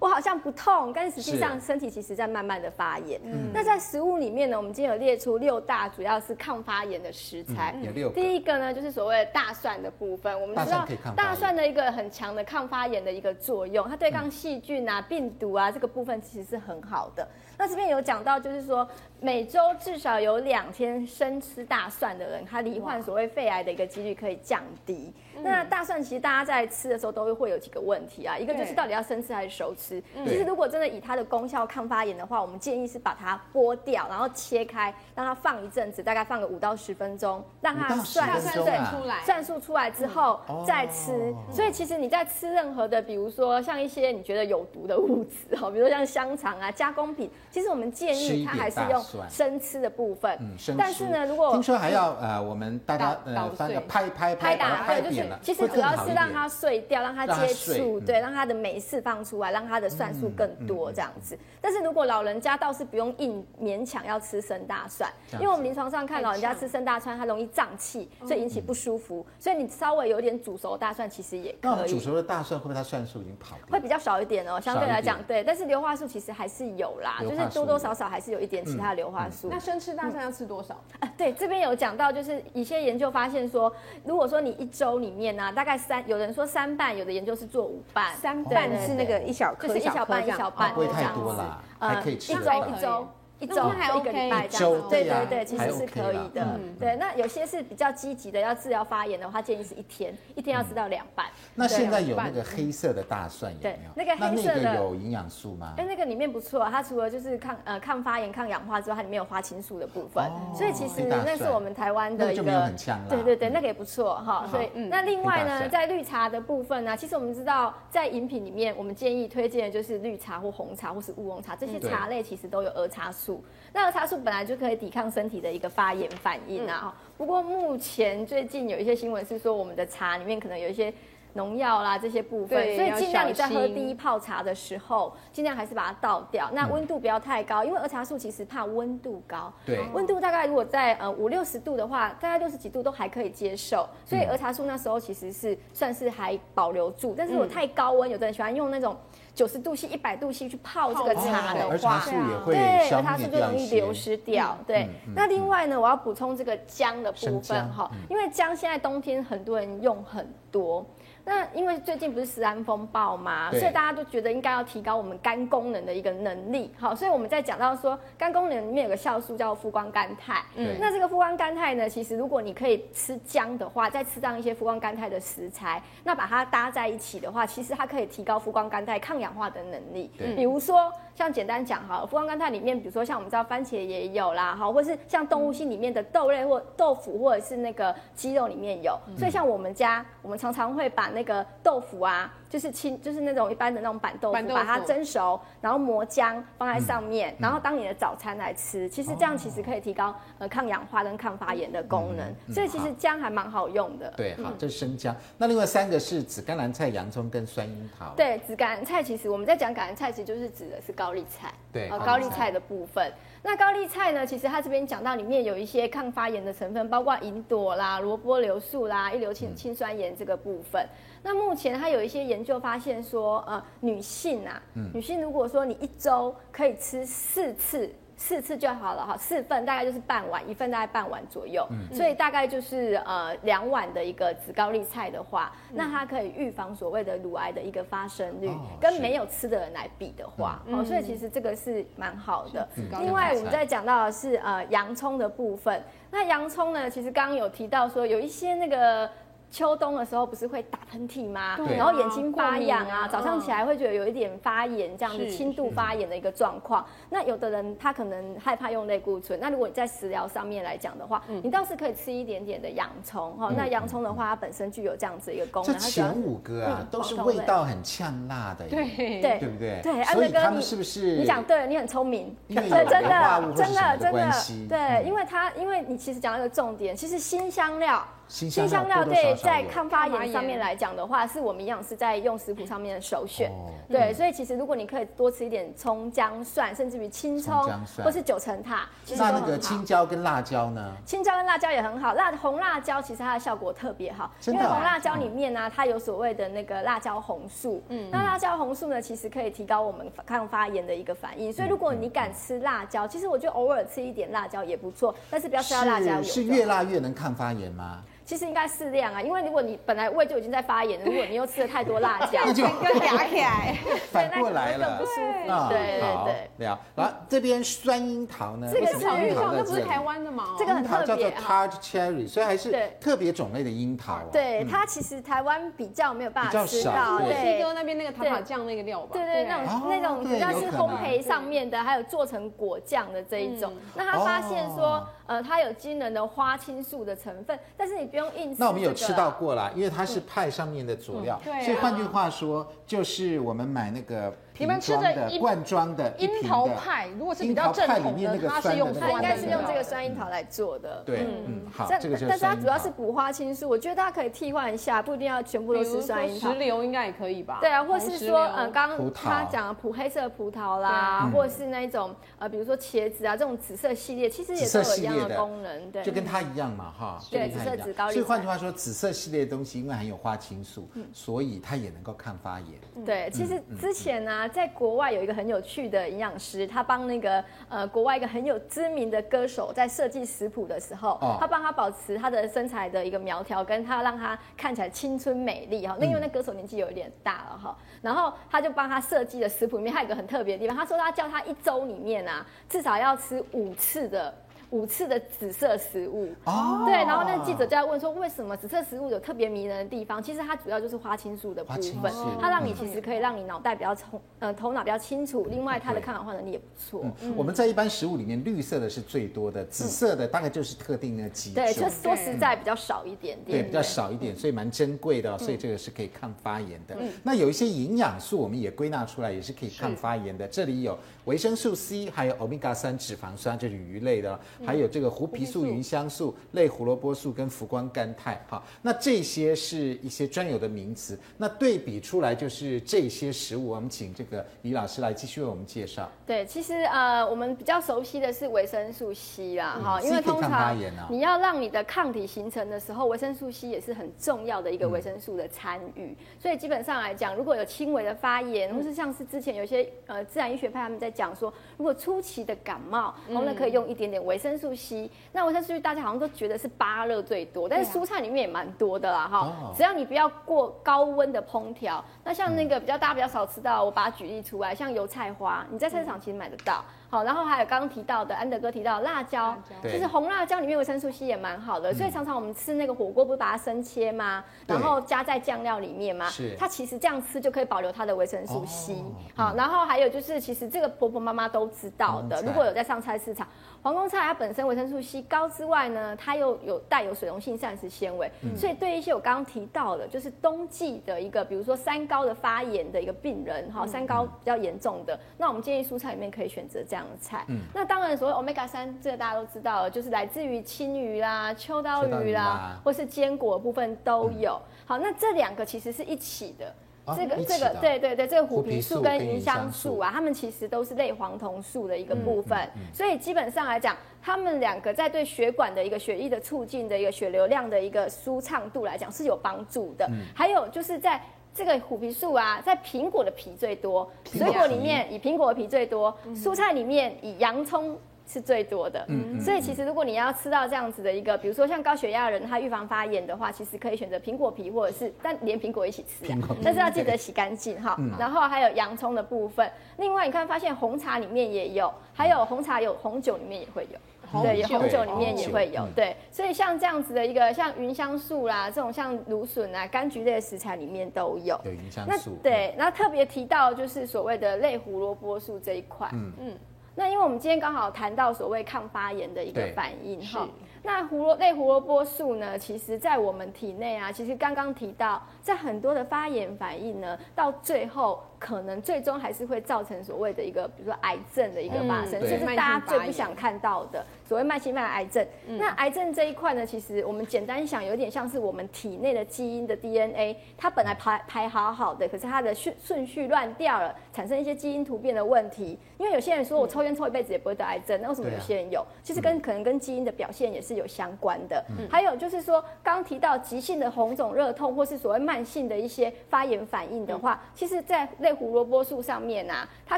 [SPEAKER 4] 我好像不痛，但实际上
[SPEAKER 2] 是嗯
[SPEAKER 4] 身体其实在慢慢的发炎。那在食物里面呢，我们今天有列出六大主要是抗发炎的食材。
[SPEAKER 2] 嗯有六个
[SPEAKER 4] 哦第一个呢，就是所谓的大蒜的部分，我们
[SPEAKER 2] 大
[SPEAKER 4] 知
[SPEAKER 2] 蒜
[SPEAKER 4] 道
[SPEAKER 2] 可以抗发炎
[SPEAKER 4] 大蒜的一个很强的抗发炎的一个作用，它对抗细菌啊、病毒啊这个部分其实是很好的。那这边有讲到，就是说每周至少有两天生吃大蒜的人，他罹患所谓肺癌的一个几率可以降低。
[SPEAKER 2] 嗯
[SPEAKER 4] 那大蒜其实大家在吃的时候都会有几个问题啊，一个就是
[SPEAKER 1] 对
[SPEAKER 4] 到底要生吃还是熟吃。
[SPEAKER 2] 嗯
[SPEAKER 4] 其实如果真的以它的功效抗发炎的话，我们建议是把它剥掉，然后切开，让它放一阵子，大概放个五到十分钟，让
[SPEAKER 2] 5
[SPEAKER 4] 它
[SPEAKER 2] 到10
[SPEAKER 4] 蒜
[SPEAKER 2] 分
[SPEAKER 1] 大
[SPEAKER 2] 分
[SPEAKER 1] 蒜
[SPEAKER 2] 钟啊
[SPEAKER 1] 算出来，
[SPEAKER 4] 算数出来之后
[SPEAKER 2] 哦
[SPEAKER 4] 再吃，所以其实你在吃任何的，比如说像一些你觉得有毒的物质哦，比如说像香肠啊、加工品，其实我们建
[SPEAKER 2] 吃一
[SPEAKER 4] 议它
[SPEAKER 2] 点
[SPEAKER 4] 还是
[SPEAKER 2] 大
[SPEAKER 4] 用
[SPEAKER 2] 蒜
[SPEAKER 4] 生吃的部分。
[SPEAKER 2] 嗯，生
[SPEAKER 4] 但是呢，
[SPEAKER 2] 疏
[SPEAKER 4] 如果嗯
[SPEAKER 2] 听说还要呃，我们大家
[SPEAKER 6] 捣捣
[SPEAKER 2] 呃
[SPEAKER 6] 碎
[SPEAKER 2] 翻个拍拍
[SPEAKER 4] 拍
[SPEAKER 2] 把它
[SPEAKER 4] 打，
[SPEAKER 2] 拍
[SPEAKER 4] 对，就是
[SPEAKER 2] 扁了，
[SPEAKER 4] 其实
[SPEAKER 2] 会
[SPEAKER 4] 主
[SPEAKER 2] 更
[SPEAKER 4] 要
[SPEAKER 2] 好一点
[SPEAKER 4] 是让它碎掉，让它
[SPEAKER 2] 让它
[SPEAKER 4] 接
[SPEAKER 2] 碎
[SPEAKER 4] 触，
[SPEAKER 2] 嗯
[SPEAKER 4] 对，让它的美式放出来，让它的蒜素更多这样子。但是如果老人家倒是不用硬勉强要吃生大蒜，
[SPEAKER 2] 这
[SPEAKER 4] 因
[SPEAKER 2] 样
[SPEAKER 4] 为我们临床上看
[SPEAKER 1] 太
[SPEAKER 4] 老人家
[SPEAKER 1] 呛哦
[SPEAKER 4] 吃生大蒜，它容易胀气，所以引起不舒服。所以你稍微有点煮熟大蒜其实也
[SPEAKER 2] 那我们
[SPEAKER 4] 可
[SPEAKER 2] 煮
[SPEAKER 4] 以。
[SPEAKER 2] 熟的大蒜会不会它蒜素已经跑掉？
[SPEAKER 4] 会比较少一点哦，相对来讲，对，但是硫化素其实还是有啦，
[SPEAKER 2] 硫
[SPEAKER 4] 就
[SPEAKER 2] 化
[SPEAKER 4] 是
[SPEAKER 2] 素嗯
[SPEAKER 4] 多多少少还是有一点其他的硫化素。
[SPEAKER 1] 那生吃大蒜要吃多少？
[SPEAKER 4] 啊，对，这边有讲到，就是一些研究发现说，如果说你一周里面呢、大概三，有人说三瓣，有的研究是做五瓣，
[SPEAKER 1] 三
[SPEAKER 4] 对
[SPEAKER 1] 瓣
[SPEAKER 4] 对
[SPEAKER 1] 是那个一小
[SPEAKER 4] 就
[SPEAKER 1] 颗，
[SPEAKER 4] 是一小
[SPEAKER 1] 颗
[SPEAKER 4] 半
[SPEAKER 1] 这
[SPEAKER 4] 一
[SPEAKER 1] 样啊
[SPEAKER 4] 小半，
[SPEAKER 2] 不会太
[SPEAKER 4] 这样
[SPEAKER 2] 多
[SPEAKER 4] 子
[SPEAKER 2] 啦，
[SPEAKER 4] 呃
[SPEAKER 2] 还可以吃
[SPEAKER 4] 一
[SPEAKER 2] 得
[SPEAKER 4] 周
[SPEAKER 2] 到。
[SPEAKER 4] 一周。一
[SPEAKER 1] 那
[SPEAKER 4] 周
[SPEAKER 1] 我们还
[SPEAKER 4] 一个
[SPEAKER 1] OK
[SPEAKER 4] 礼拜这
[SPEAKER 2] 一周
[SPEAKER 4] 样子，对
[SPEAKER 2] 对啊
[SPEAKER 4] 对对，其
[SPEAKER 2] 还
[SPEAKER 4] 实是
[SPEAKER 2] OK
[SPEAKER 4] 可
[SPEAKER 2] 啦
[SPEAKER 4] 以的
[SPEAKER 2] 嗯。
[SPEAKER 4] 对，那有些是比较积极的，要治疗发炎的话，建议是一天，一天要吃到两瓣。
[SPEAKER 2] 那
[SPEAKER 4] 对
[SPEAKER 2] 现在有那个黑色的大蒜有没有？
[SPEAKER 4] 对那个黑色
[SPEAKER 2] 那
[SPEAKER 4] 的
[SPEAKER 2] 那个有营养素吗？
[SPEAKER 4] 哎，那个里面不错，它除了就是抗呃抗发炎、抗氧化之外，它里面有花青素的部分，
[SPEAKER 2] 哦
[SPEAKER 4] 所以其实
[SPEAKER 2] 黑大蒜
[SPEAKER 4] 那是我们台湾
[SPEAKER 2] 那
[SPEAKER 4] 的
[SPEAKER 2] 个
[SPEAKER 4] 一
[SPEAKER 2] 就
[SPEAKER 4] 个，
[SPEAKER 2] 没有很呛辣
[SPEAKER 4] 对对对，那个也不错哈。所以、
[SPEAKER 1] 嗯
[SPEAKER 4] 那另
[SPEAKER 2] 黑
[SPEAKER 4] 外
[SPEAKER 2] 大
[SPEAKER 4] 呢，
[SPEAKER 2] 蒜
[SPEAKER 4] 在绿茶的部分呢，其实我们知道在饮品里面，我们建议推荐的就是绿茶或红茶或是乌龙茶，
[SPEAKER 1] 嗯
[SPEAKER 4] 这些
[SPEAKER 2] 对
[SPEAKER 4] 茶类其实都有儿茶素。那儿茶素本来就可以抵抗身体的一个发炎反应
[SPEAKER 1] 嗯
[SPEAKER 4] 啊。哈不过目前最近有一些新闻是说，我们的茶里面可能有一些。农药啦这些部分，
[SPEAKER 1] 对
[SPEAKER 4] 所以
[SPEAKER 1] 要
[SPEAKER 4] 尽量你在
[SPEAKER 1] 小
[SPEAKER 4] 喝
[SPEAKER 1] 心
[SPEAKER 4] 第一泡茶的时候，尽量还是把它倒掉。
[SPEAKER 2] 嗯
[SPEAKER 4] 那温度不要太高，因为儿茶素其实怕温度高。
[SPEAKER 2] 对
[SPEAKER 4] 温度大概如果在呃五六十度的话，大概六十几度都还可以接受。所以
[SPEAKER 2] 嗯
[SPEAKER 4] 儿茶素那时候其实是算是还保留住，但是如果太高温，有的人喜欢用那种九十度 C、一百度 C 去泡这个
[SPEAKER 1] 泡
[SPEAKER 4] 茶
[SPEAKER 1] 茶
[SPEAKER 4] 的
[SPEAKER 1] 对
[SPEAKER 4] 话，
[SPEAKER 2] 儿茶素也会
[SPEAKER 4] 对，
[SPEAKER 2] 消
[SPEAKER 4] 而它
[SPEAKER 2] 灭
[SPEAKER 4] 是就
[SPEAKER 2] 掉
[SPEAKER 4] 容
[SPEAKER 2] 一
[SPEAKER 4] 易
[SPEAKER 2] 些
[SPEAKER 4] 流失掉。
[SPEAKER 2] 嗯
[SPEAKER 4] 对，那另外呢，我要补充这个姜的部
[SPEAKER 2] 生姜嗯
[SPEAKER 4] 分哈，因为姜现在冬天很多人用很多。那因为最近不是食安风暴嘛，
[SPEAKER 2] 对
[SPEAKER 4] 所以大家都觉得应该要提高我们肝功能的一个能力。好，所以我们在讲到说肝功能里面有个酵素叫副官甘肽，
[SPEAKER 2] 对
[SPEAKER 4] 那这个富光甘肽呢，其实如果你可以吃姜的话，再吃上一些富光甘肽的食材，那把它搭在一起的话，其实它可以提高富光甘肽抗氧化的能力
[SPEAKER 2] 对。
[SPEAKER 4] 比如说，像简单讲哈，富光甘肽里面，比如说像我们知道番茄也有啦，哈，或是像动物性里面的豆类或豆腐，或者是那个鸡肉里面有。所以像我们家，我们常常会把那个豆腐啊，就是清，就是那种一般的那种板豆腐，
[SPEAKER 1] 板豆腐
[SPEAKER 4] 把它蒸熟，然后磨浆放
[SPEAKER 2] 嗯
[SPEAKER 4] 在上面，然后当你的早餐来吃。其实这样其实可以提
[SPEAKER 2] 哦
[SPEAKER 4] 高呃抗氧化跟抗发炎
[SPEAKER 2] 嗯
[SPEAKER 4] 的功能，所以其实姜还蛮好用的。
[SPEAKER 2] 对，好，这是生姜。那另外三个是紫甘蓝菜、洋葱跟酸樱桃。
[SPEAKER 4] 对，紫橄榄菜其实我们在讲橄榄菜，其实就是指的是高丽菜，
[SPEAKER 2] 对
[SPEAKER 4] 呃，
[SPEAKER 2] 高
[SPEAKER 4] 高
[SPEAKER 2] 丽
[SPEAKER 4] 丽
[SPEAKER 2] 菜
[SPEAKER 4] 菜的部分。那高丽菜呢，其实它这边讲到里面有一些抗发炎的成分，包括银朵啦、萝卜硫素啦、一硫氰氰酸盐这个部分。那目前它有一些研究发现说，呃，女性啊，
[SPEAKER 2] 嗯
[SPEAKER 4] 女性如果说你一周可以吃四次。四次就好了哈，四份大概就是半碗，一份大概半碗左右，
[SPEAKER 2] 嗯
[SPEAKER 4] 所以大概就是呃两碗的一个紫高丽菜的话，那它可以预防所谓的乳癌的一个发生率，
[SPEAKER 2] 哦
[SPEAKER 4] 跟
[SPEAKER 2] 是
[SPEAKER 4] 没有吃的人来比的话，哦，所以其实这个是蛮好的。
[SPEAKER 2] 高
[SPEAKER 4] 另
[SPEAKER 2] 丽
[SPEAKER 4] 外
[SPEAKER 2] 菜
[SPEAKER 4] 我们在讲到的是呃洋葱的部分，那洋葱呢，其实刚刚有提到说有一些那个。秋冬的时候不是会打喷嚏吗？
[SPEAKER 1] 对
[SPEAKER 4] 然后眼睛
[SPEAKER 1] 过
[SPEAKER 4] 发
[SPEAKER 1] 敏
[SPEAKER 4] 痒
[SPEAKER 1] 啊
[SPEAKER 4] 啊，早上起来会觉得有一点发炎，这样
[SPEAKER 1] 是
[SPEAKER 4] 子轻度发炎的一个状况。那有的人他可能害怕用类固醇，那如果你在食疗上面来讲的话，你倒是可以吃一点点的洋葱哈。那洋葱的话，它本身具有这样子一个功
[SPEAKER 2] 这
[SPEAKER 4] 能，它只要
[SPEAKER 2] 前五个啊
[SPEAKER 4] 嗯
[SPEAKER 2] 都是
[SPEAKER 4] 好
[SPEAKER 2] 味道很呛辣的耶，
[SPEAKER 1] 对
[SPEAKER 4] 对
[SPEAKER 2] 对不对？
[SPEAKER 4] 对，安
[SPEAKER 2] 所
[SPEAKER 4] 德
[SPEAKER 2] 以
[SPEAKER 4] 哥，
[SPEAKER 2] 他
[SPEAKER 4] 你
[SPEAKER 2] 们是不是
[SPEAKER 4] 你讲对了，你很聪明，
[SPEAKER 2] 因为有
[SPEAKER 4] 真
[SPEAKER 2] 硫化物
[SPEAKER 4] 的
[SPEAKER 2] 或
[SPEAKER 4] 真
[SPEAKER 2] 是什么
[SPEAKER 4] 的
[SPEAKER 2] 的
[SPEAKER 4] 真
[SPEAKER 2] 关系嗯
[SPEAKER 4] 的，对，因为它因为你其实讲到一个重点，其实新香料。
[SPEAKER 2] 新
[SPEAKER 4] 新香料
[SPEAKER 2] 多多少
[SPEAKER 4] 对，
[SPEAKER 2] 少
[SPEAKER 4] 在
[SPEAKER 2] 有
[SPEAKER 4] 抗发
[SPEAKER 1] 抗发
[SPEAKER 4] 炎
[SPEAKER 1] 炎
[SPEAKER 4] 上面来讲的话，是我们营养师在用食谱上面的首选
[SPEAKER 2] 哦。
[SPEAKER 4] 对，所以其实如果你可以多吃一点葱姜蒜，甚至于青葱
[SPEAKER 2] 葱姜蒜
[SPEAKER 4] 或是九层塔，其实都
[SPEAKER 2] 那那
[SPEAKER 4] 很
[SPEAKER 2] 个
[SPEAKER 4] 好
[SPEAKER 2] 青。椒跟辣椒呢？
[SPEAKER 4] 青椒跟辣椒也很好，辣红辣椒其实它的效果特别好，
[SPEAKER 2] 真
[SPEAKER 4] 因
[SPEAKER 2] 的
[SPEAKER 4] 为
[SPEAKER 2] 啊
[SPEAKER 4] 红辣椒里面呢、啊它有所谓的那个辣椒红素，嗯，那辣椒红素呢，其实可以提高我们抗发炎的一个反
[SPEAKER 2] 嗯
[SPEAKER 4] 应，所以如果你敢吃辣椒，其实我觉得偶尔吃一点辣椒也不错，但是不要吃到辣椒油
[SPEAKER 2] 是是
[SPEAKER 4] 就好
[SPEAKER 2] 越辣越能抗发炎吗？
[SPEAKER 4] 其实应该适量啊，因为如果你本来胃就已经在发炎了，如果你又吃了太多辣 椒，
[SPEAKER 2] 那就
[SPEAKER 1] 跟俩起来，
[SPEAKER 2] 反过来了
[SPEAKER 4] 那可能更不。舒服。
[SPEAKER 2] 啊
[SPEAKER 4] 对
[SPEAKER 2] 好
[SPEAKER 4] 对对，
[SPEAKER 2] 了，然后这边酸樱桃呢？
[SPEAKER 4] 这个
[SPEAKER 2] 为什么
[SPEAKER 4] 是
[SPEAKER 2] 樱
[SPEAKER 1] 玉
[SPEAKER 2] 桃
[SPEAKER 1] 凤
[SPEAKER 2] 在
[SPEAKER 1] 那不是
[SPEAKER 2] 这里
[SPEAKER 1] 台湾的吗？
[SPEAKER 4] 这个
[SPEAKER 2] 樱
[SPEAKER 4] 很
[SPEAKER 2] 桃
[SPEAKER 4] 特
[SPEAKER 2] 叫做
[SPEAKER 4] 别啊。
[SPEAKER 2] tart cherry，所以还是
[SPEAKER 4] 对
[SPEAKER 2] 特别种类的樱桃啊。
[SPEAKER 4] 对，它其实台湾比较没有办法
[SPEAKER 2] 比
[SPEAKER 4] 吃
[SPEAKER 2] 较少
[SPEAKER 4] 到，
[SPEAKER 1] 墨西
[SPEAKER 4] 对
[SPEAKER 1] 哥那边那个塔塔酱那个料吧？
[SPEAKER 4] 对对，那
[SPEAKER 2] 哦
[SPEAKER 4] 种那种
[SPEAKER 2] 对
[SPEAKER 4] 比较是
[SPEAKER 2] 有可能
[SPEAKER 4] 烘焙上面的，还有做成果
[SPEAKER 1] 嗯
[SPEAKER 4] 酱的这一种。那他发现说
[SPEAKER 2] 哦，
[SPEAKER 4] 呃，它有惊人的花青素的成分，但是你不用硬吃这个啦。
[SPEAKER 2] 那我们有吃到过啦，因为它是派上面的佐料，
[SPEAKER 1] 嗯对啊
[SPEAKER 2] 所以换句话说，就是我们买那个
[SPEAKER 6] 你
[SPEAKER 2] 瓶
[SPEAKER 6] 们吃的
[SPEAKER 2] 装的、
[SPEAKER 6] 樱
[SPEAKER 2] 罐装的、一
[SPEAKER 6] 樱
[SPEAKER 2] 瓶的
[SPEAKER 6] 桃派，如果是比
[SPEAKER 2] 樱
[SPEAKER 6] 较
[SPEAKER 2] 桃
[SPEAKER 6] 正
[SPEAKER 2] 派里
[SPEAKER 6] 统
[SPEAKER 2] 面
[SPEAKER 6] 的
[SPEAKER 2] 那，个
[SPEAKER 6] 它是
[SPEAKER 2] 酸
[SPEAKER 6] 用
[SPEAKER 2] 的
[SPEAKER 4] 它
[SPEAKER 6] 酸
[SPEAKER 4] 应该是
[SPEAKER 6] 的
[SPEAKER 4] 用这个酸樱桃来做的。
[SPEAKER 2] 嗯对，嗯，好，
[SPEAKER 4] 但
[SPEAKER 2] 这个就是
[SPEAKER 4] 但是它
[SPEAKER 2] 酸樱
[SPEAKER 4] 主要
[SPEAKER 2] 桃
[SPEAKER 4] 是补花青素，我觉得大家可以替换一下，不一定要全部
[SPEAKER 1] 比
[SPEAKER 4] 都
[SPEAKER 1] 如
[SPEAKER 4] 吃
[SPEAKER 1] 说
[SPEAKER 4] 酸樱桃
[SPEAKER 1] 石。榴应该也可以吧？
[SPEAKER 4] 对啊，或
[SPEAKER 1] 红
[SPEAKER 4] 是
[SPEAKER 1] 石
[SPEAKER 4] 说，
[SPEAKER 1] 榴
[SPEAKER 4] 嗯，刚
[SPEAKER 2] 葡萄
[SPEAKER 4] 刚
[SPEAKER 2] 嗯
[SPEAKER 4] 他讲的葡黑色葡萄啦，或是那一种呃，比如说茄子啊这种紫色系列，其实也都有一样
[SPEAKER 2] 紫色系列的
[SPEAKER 4] 功能，对，
[SPEAKER 2] 就跟它一样嘛，哈，就
[SPEAKER 4] 对
[SPEAKER 2] 跟它
[SPEAKER 4] 紫色
[SPEAKER 2] 一样
[SPEAKER 4] 紫高丽
[SPEAKER 2] 所以换
[SPEAKER 4] 菜
[SPEAKER 2] 句话说，紫色系列的东西因为含有花青素，所以它也能够抗发炎。
[SPEAKER 4] 对，其
[SPEAKER 2] 嗯
[SPEAKER 4] 实之前呢、在国外有一个很有趣的营养师，他帮那个呃国外一个很有知名的歌手在设计食谱的时候，
[SPEAKER 2] 哦
[SPEAKER 4] 他帮他保持他的身材的一个苗条，跟他让他看起来青春美丽哈。那
[SPEAKER 2] 嗯
[SPEAKER 4] 因为那歌手年纪有一点大了哈，然后他就帮他设计的食谱里面，还有一个很特别的地方，他说他叫他一周里面啊，至少要吃五次的。五次的紫色食物
[SPEAKER 2] 哦
[SPEAKER 4] 对，然后那记者就在问说，为什么紫色食物有特别迷人的地方？其实它主要就是花青素的部
[SPEAKER 2] 花青
[SPEAKER 4] 分
[SPEAKER 2] 素，
[SPEAKER 4] 它让你其实可以让你脑袋比较聪，呃，头脑比较清楚。另外，它的抗氧化能力也不错。
[SPEAKER 2] 嗯我们在一般食物里面，绿色的是最多的，紫色的大概就是特定的几种
[SPEAKER 4] 对，，就是说实在比较少一点点。
[SPEAKER 2] 对，比较少一点，所以蛮珍贵
[SPEAKER 4] 嗯
[SPEAKER 2] 的哦、所以这个是可以抗发炎的。那有一些营养素我们也归纳出来，也是可以抗发炎的。这里有维生素 C，还有欧米伽三脂肪酸，就是鱼类的哦、
[SPEAKER 4] 嗯
[SPEAKER 2] 还有这个胡皮素、芸香素、类胡萝卜素跟浮光甘肽。哈，那这些是一些专有的名词。那对比出来就是这些食物，我们请这个李老师来继续为我们介绍。
[SPEAKER 4] 对，其实呃，我们比较熟悉的是维生素 C 啦，哈、
[SPEAKER 2] 嗯
[SPEAKER 4] 因为
[SPEAKER 2] C 可以
[SPEAKER 4] 通
[SPEAKER 2] 抗发
[SPEAKER 4] 常
[SPEAKER 2] 炎啊
[SPEAKER 4] 你要让你的抗体形成的时候，维生素 C 也是很重要的
[SPEAKER 2] 嗯
[SPEAKER 4] 一个维生素的参与。所以基本上来讲，如果有轻微的发炎，
[SPEAKER 2] 嗯
[SPEAKER 4] 或是像是之前有些呃自然医学派他们在讲说，如果初期的感冒，我
[SPEAKER 2] 嗯
[SPEAKER 4] 们可以用一点点维生素 C。那维生素 C 大家好像都觉得是芭乐最多，但是蔬菜里面也蛮多的啦，哈、
[SPEAKER 2] 啊哦
[SPEAKER 4] 只要你不要过高温的烹调，那像
[SPEAKER 2] 嗯
[SPEAKER 4] 那个比较大家比较少吃到，我把它举例出来，像油菜花，你在菜市
[SPEAKER 2] 嗯
[SPEAKER 4] 场其实买得到。好，然后还有刚刚提到的安德哥提到的辣椒，
[SPEAKER 2] 对嗯
[SPEAKER 4] 就是红辣椒里面维生素 C 也蛮好的，所以常常我们吃那个火锅不是把它生切吗？
[SPEAKER 2] 对
[SPEAKER 4] 然后加在酱料里面吗
[SPEAKER 2] 是？
[SPEAKER 4] 它其实这样吃就可以保留它的维生素 C
[SPEAKER 2] 哦。
[SPEAKER 4] 好，然后还有就是，其实这个婆婆妈妈都知道
[SPEAKER 2] 黄
[SPEAKER 4] 的，
[SPEAKER 2] 菜
[SPEAKER 4] 如果有在上菜市场，黄宫菜它本身维生素 C 高之外呢，它又有带有水溶性膳食纤维，
[SPEAKER 2] 嗯
[SPEAKER 4] 所以对一些我刚刚提到的，就是冬季的一个，比如说三高的发炎的一个病人
[SPEAKER 2] 嗯
[SPEAKER 4] 哈，三高比较严重的，那我们建议蔬菜里面可以选择这样的菜。那当然，所谓 omega 三，这个大家都知道了，就是来自于青鱼啦、秋刀
[SPEAKER 2] 秋刀
[SPEAKER 4] 鱼
[SPEAKER 2] 鱼
[SPEAKER 4] 啦
[SPEAKER 2] 啦，嗯
[SPEAKER 4] 或是坚果的部分都有。好，那这两个其实是一起的。
[SPEAKER 2] 啊
[SPEAKER 4] 这个
[SPEAKER 2] 一起
[SPEAKER 4] 这
[SPEAKER 2] 的
[SPEAKER 4] 个
[SPEAKER 2] 啊
[SPEAKER 4] 对对对，这个
[SPEAKER 2] 虎
[SPEAKER 4] 虎
[SPEAKER 2] 皮
[SPEAKER 4] 皮
[SPEAKER 2] 素
[SPEAKER 4] 素跟
[SPEAKER 2] 跟芸
[SPEAKER 4] 芸
[SPEAKER 2] 香
[SPEAKER 4] 香
[SPEAKER 2] 素
[SPEAKER 4] 素啊，它们其实都是类黄酮素的一
[SPEAKER 2] 嗯
[SPEAKER 4] 个部分，所以基本上来讲，它们两个在对血管的一个血液的促进的一个血流量的一个舒畅度来讲是有帮助
[SPEAKER 2] 嗯
[SPEAKER 4] 的。还有就是在这个虎皮素啊，在苹果的皮最多，
[SPEAKER 2] 苹
[SPEAKER 4] 水
[SPEAKER 2] 果
[SPEAKER 4] 果
[SPEAKER 2] 皮
[SPEAKER 4] 里面以苹果的皮最多，蔬菜里面以洋葱。是最多的，
[SPEAKER 2] 嗯
[SPEAKER 4] 所以其实如果你要吃到这样子的一个，比如说像高血压的人，他预防发炎的话，其实可以选择苹果皮或者是，但连苹果一起 吃、啊
[SPEAKER 2] 苹果皮，
[SPEAKER 4] 但是要记得洗干净哈。然后还有洋葱的部分，另外你看发现红茶里面也有，还有红茶有红酒里面也会有。对，有嗯红酒里面也会有
[SPEAKER 2] 嗯，
[SPEAKER 4] 对，所以像这样子的一个像芸香素啦，这种像芦笋啊、柑橘类的食材里面都有。
[SPEAKER 2] 有芸香
[SPEAKER 4] 那
[SPEAKER 2] 素，嗯
[SPEAKER 4] 对，那特别提到就是所谓的类胡萝卜素这一块，嗯嗯。那因为我们今天刚好谈到所谓抗发炎的一个
[SPEAKER 2] 对
[SPEAKER 4] 反应哈，那胡萝类胡萝卜素呢，其实在我们体内啊，其实刚刚提到，在很多的发炎反应呢，到最后可能最终还是会造成所谓的一个，比如说癌症的一个发
[SPEAKER 2] 嗯
[SPEAKER 4] 生，
[SPEAKER 2] 对
[SPEAKER 4] 这是
[SPEAKER 1] 慢性
[SPEAKER 4] 大家最
[SPEAKER 1] 发
[SPEAKER 4] 不
[SPEAKER 1] 炎
[SPEAKER 4] 想想看到的所谓慢性慢癌症。那癌症这一块呢，其实我们简单想，有点像是我们体内的基因的 DNA，它本来排排好好的，可是它的顺顺序乱掉了，产生一些基因突变的问题。因为有些人说我抽烟抽一辈子也不会得癌症，那为什么
[SPEAKER 2] 对啊
[SPEAKER 4] 有些人有？其实跟可能跟基因的表现也是有相关的。还有就是说，刚提到急性的红肿热痛，或是所谓慢性的一些发炎反应的话，其实，在类胡萝卜素上面啊，它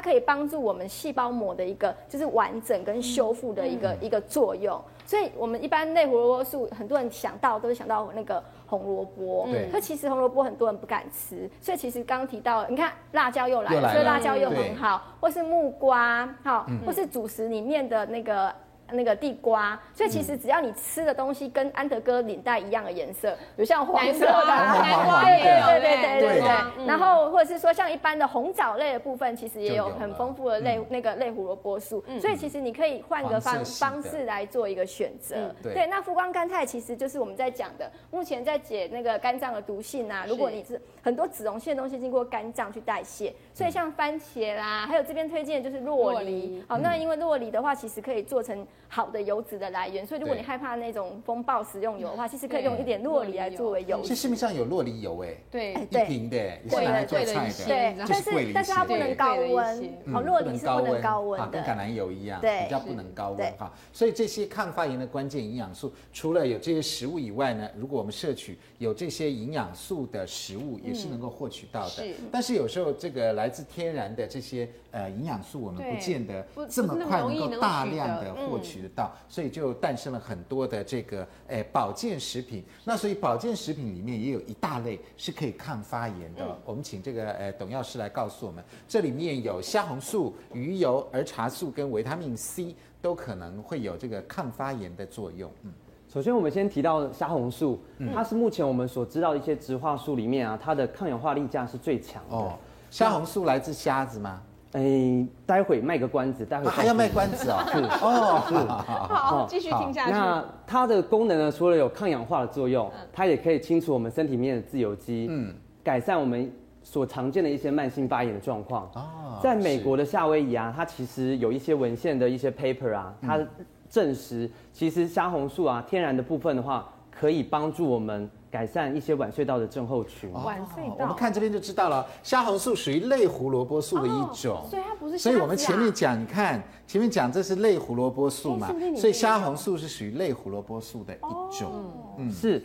[SPEAKER 4] 可以帮助我们细胞膜的一个就是完整跟修复的一个、一个作用。所以，我们一般类胡萝卜素，很多人想到都是想到那个红萝卜，
[SPEAKER 2] 对
[SPEAKER 4] 可其实红萝卜很多人不敢吃，所以其实刚刚提到，你看辣椒又来
[SPEAKER 2] 又
[SPEAKER 4] 了，
[SPEAKER 2] 来
[SPEAKER 4] 所以
[SPEAKER 2] 了
[SPEAKER 4] 辣椒又
[SPEAKER 2] 对
[SPEAKER 4] 很好，或是木瓜，好、或是主食里面的那个那个地瓜，所以其实只要你吃的东西跟安德哥领带一样的颜色，比如像黄色的啊、
[SPEAKER 2] 南瓜
[SPEAKER 4] 对对
[SPEAKER 1] 对
[SPEAKER 4] 对对对
[SPEAKER 2] 对
[SPEAKER 4] 对
[SPEAKER 1] 对
[SPEAKER 4] 对。然后或者是说像一般的红枣类的部分，其实也有
[SPEAKER 2] 就有
[SPEAKER 4] 很
[SPEAKER 2] 了
[SPEAKER 4] 丰富的类那个类胡萝卜素，所以其实你可以换
[SPEAKER 2] 黄
[SPEAKER 4] 个
[SPEAKER 2] 色
[SPEAKER 4] 方
[SPEAKER 2] 系的
[SPEAKER 4] 方式来做一个选择
[SPEAKER 1] 嗯。
[SPEAKER 2] 对
[SPEAKER 4] 对，那富光甘肽其实就是我们在讲的，目前在解那个肝脏的毒性啊。
[SPEAKER 1] 是
[SPEAKER 4] 如果你是很多脂溶性的东西经过肝脏去代谢，所以像番茄啦，还有这边推荐的就是
[SPEAKER 1] 洛
[SPEAKER 4] 洛
[SPEAKER 1] 梨
[SPEAKER 4] 梨。好，那因为洛梨的话，其实可以做成好的油脂的来源，所以如果
[SPEAKER 2] 对
[SPEAKER 4] 你害怕那种风暴食用油的话，其实可以
[SPEAKER 1] 对
[SPEAKER 4] 用一点洛梨来作为油
[SPEAKER 2] 是
[SPEAKER 4] 脂。
[SPEAKER 2] 市面上有洛梨油哎，
[SPEAKER 1] 对
[SPEAKER 4] 哎
[SPEAKER 2] 一瓶的哎，也是拿来做
[SPEAKER 1] 贵的
[SPEAKER 2] 菜
[SPEAKER 1] 一些
[SPEAKER 2] 的，
[SPEAKER 4] 对
[SPEAKER 1] 然，后
[SPEAKER 4] 但
[SPEAKER 2] 就是贵了一
[SPEAKER 4] 是但是它
[SPEAKER 2] 些
[SPEAKER 4] 不能高温
[SPEAKER 2] 嗯
[SPEAKER 1] 对，
[SPEAKER 4] 好，洛梨是不能高温
[SPEAKER 2] 啊跟
[SPEAKER 4] 的。
[SPEAKER 2] 橄榄油一样，
[SPEAKER 4] 对
[SPEAKER 2] 比较不能高温
[SPEAKER 4] 对
[SPEAKER 2] 哈。所以这些抗发炎的关键营养素，除了有这些食物以外呢，如果我们摄取有这些营养素的食物，也
[SPEAKER 4] 嗯
[SPEAKER 2] 是能够获取到的。
[SPEAKER 1] 是
[SPEAKER 2] 但是有时候这个来自天然的这些呃营养素，我们
[SPEAKER 1] 对
[SPEAKER 2] 不见得
[SPEAKER 1] 不
[SPEAKER 2] 这
[SPEAKER 1] 不
[SPEAKER 2] 么
[SPEAKER 1] 是那么
[SPEAKER 2] 快
[SPEAKER 1] 容
[SPEAKER 2] 能
[SPEAKER 1] 易
[SPEAKER 2] 够
[SPEAKER 1] 能
[SPEAKER 2] 大
[SPEAKER 1] 取
[SPEAKER 2] 量
[SPEAKER 1] 得
[SPEAKER 2] 的
[SPEAKER 1] 嗯
[SPEAKER 2] 获取得到，所以就诞生了很多的这个诶、呃保健食品。那所以保健食品里面也有一大类是可以抗发炎的。
[SPEAKER 1] 嗯
[SPEAKER 2] 我们请这个呃董药师来告诉我们，这里面有虾红素、鱼油、儿茶素跟维他命 C 都可能会有这个抗发炎的作用。嗯，
[SPEAKER 5] 首先，我们先提到虾红素，它是目前我们所知道的一些植化素里面啊，它的抗氧化力价是最强的。
[SPEAKER 2] 哦，虾红素来自虾子吗？
[SPEAKER 5] 哎、待会卖个关子，待会、
[SPEAKER 2] 啊还要卖关子哦。哦，
[SPEAKER 1] 好，继续听下去。嗯
[SPEAKER 5] 那它的功能呢，除了有抗氧化的作用，它也可以清除我们身体里面的自由基，嗯，改善我们所常见的一些慢性发炎的状况。
[SPEAKER 2] 哦
[SPEAKER 5] 在美国的夏威夷啊，它其实有一些文献的一些 paper 啊，
[SPEAKER 2] 嗯
[SPEAKER 5] 它证实其实虾红素啊天然的部分的话，可以帮助我们改善一些晚睡到的症候群。
[SPEAKER 6] 晚睡
[SPEAKER 2] 哦我们
[SPEAKER 6] 到。
[SPEAKER 2] 看这边就知道了，虾红素属于类胡萝卜素的一种，
[SPEAKER 1] 哦所以它不是
[SPEAKER 2] 所以
[SPEAKER 1] 虾
[SPEAKER 2] 我们
[SPEAKER 1] 子啊
[SPEAKER 2] 前
[SPEAKER 1] 哎
[SPEAKER 2] 面讲，你看前面讲这是类胡萝卜素嘛，所以虾红素是属于类胡萝卜素的
[SPEAKER 1] 哦
[SPEAKER 2] 一种。嗯，
[SPEAKER 5] 是，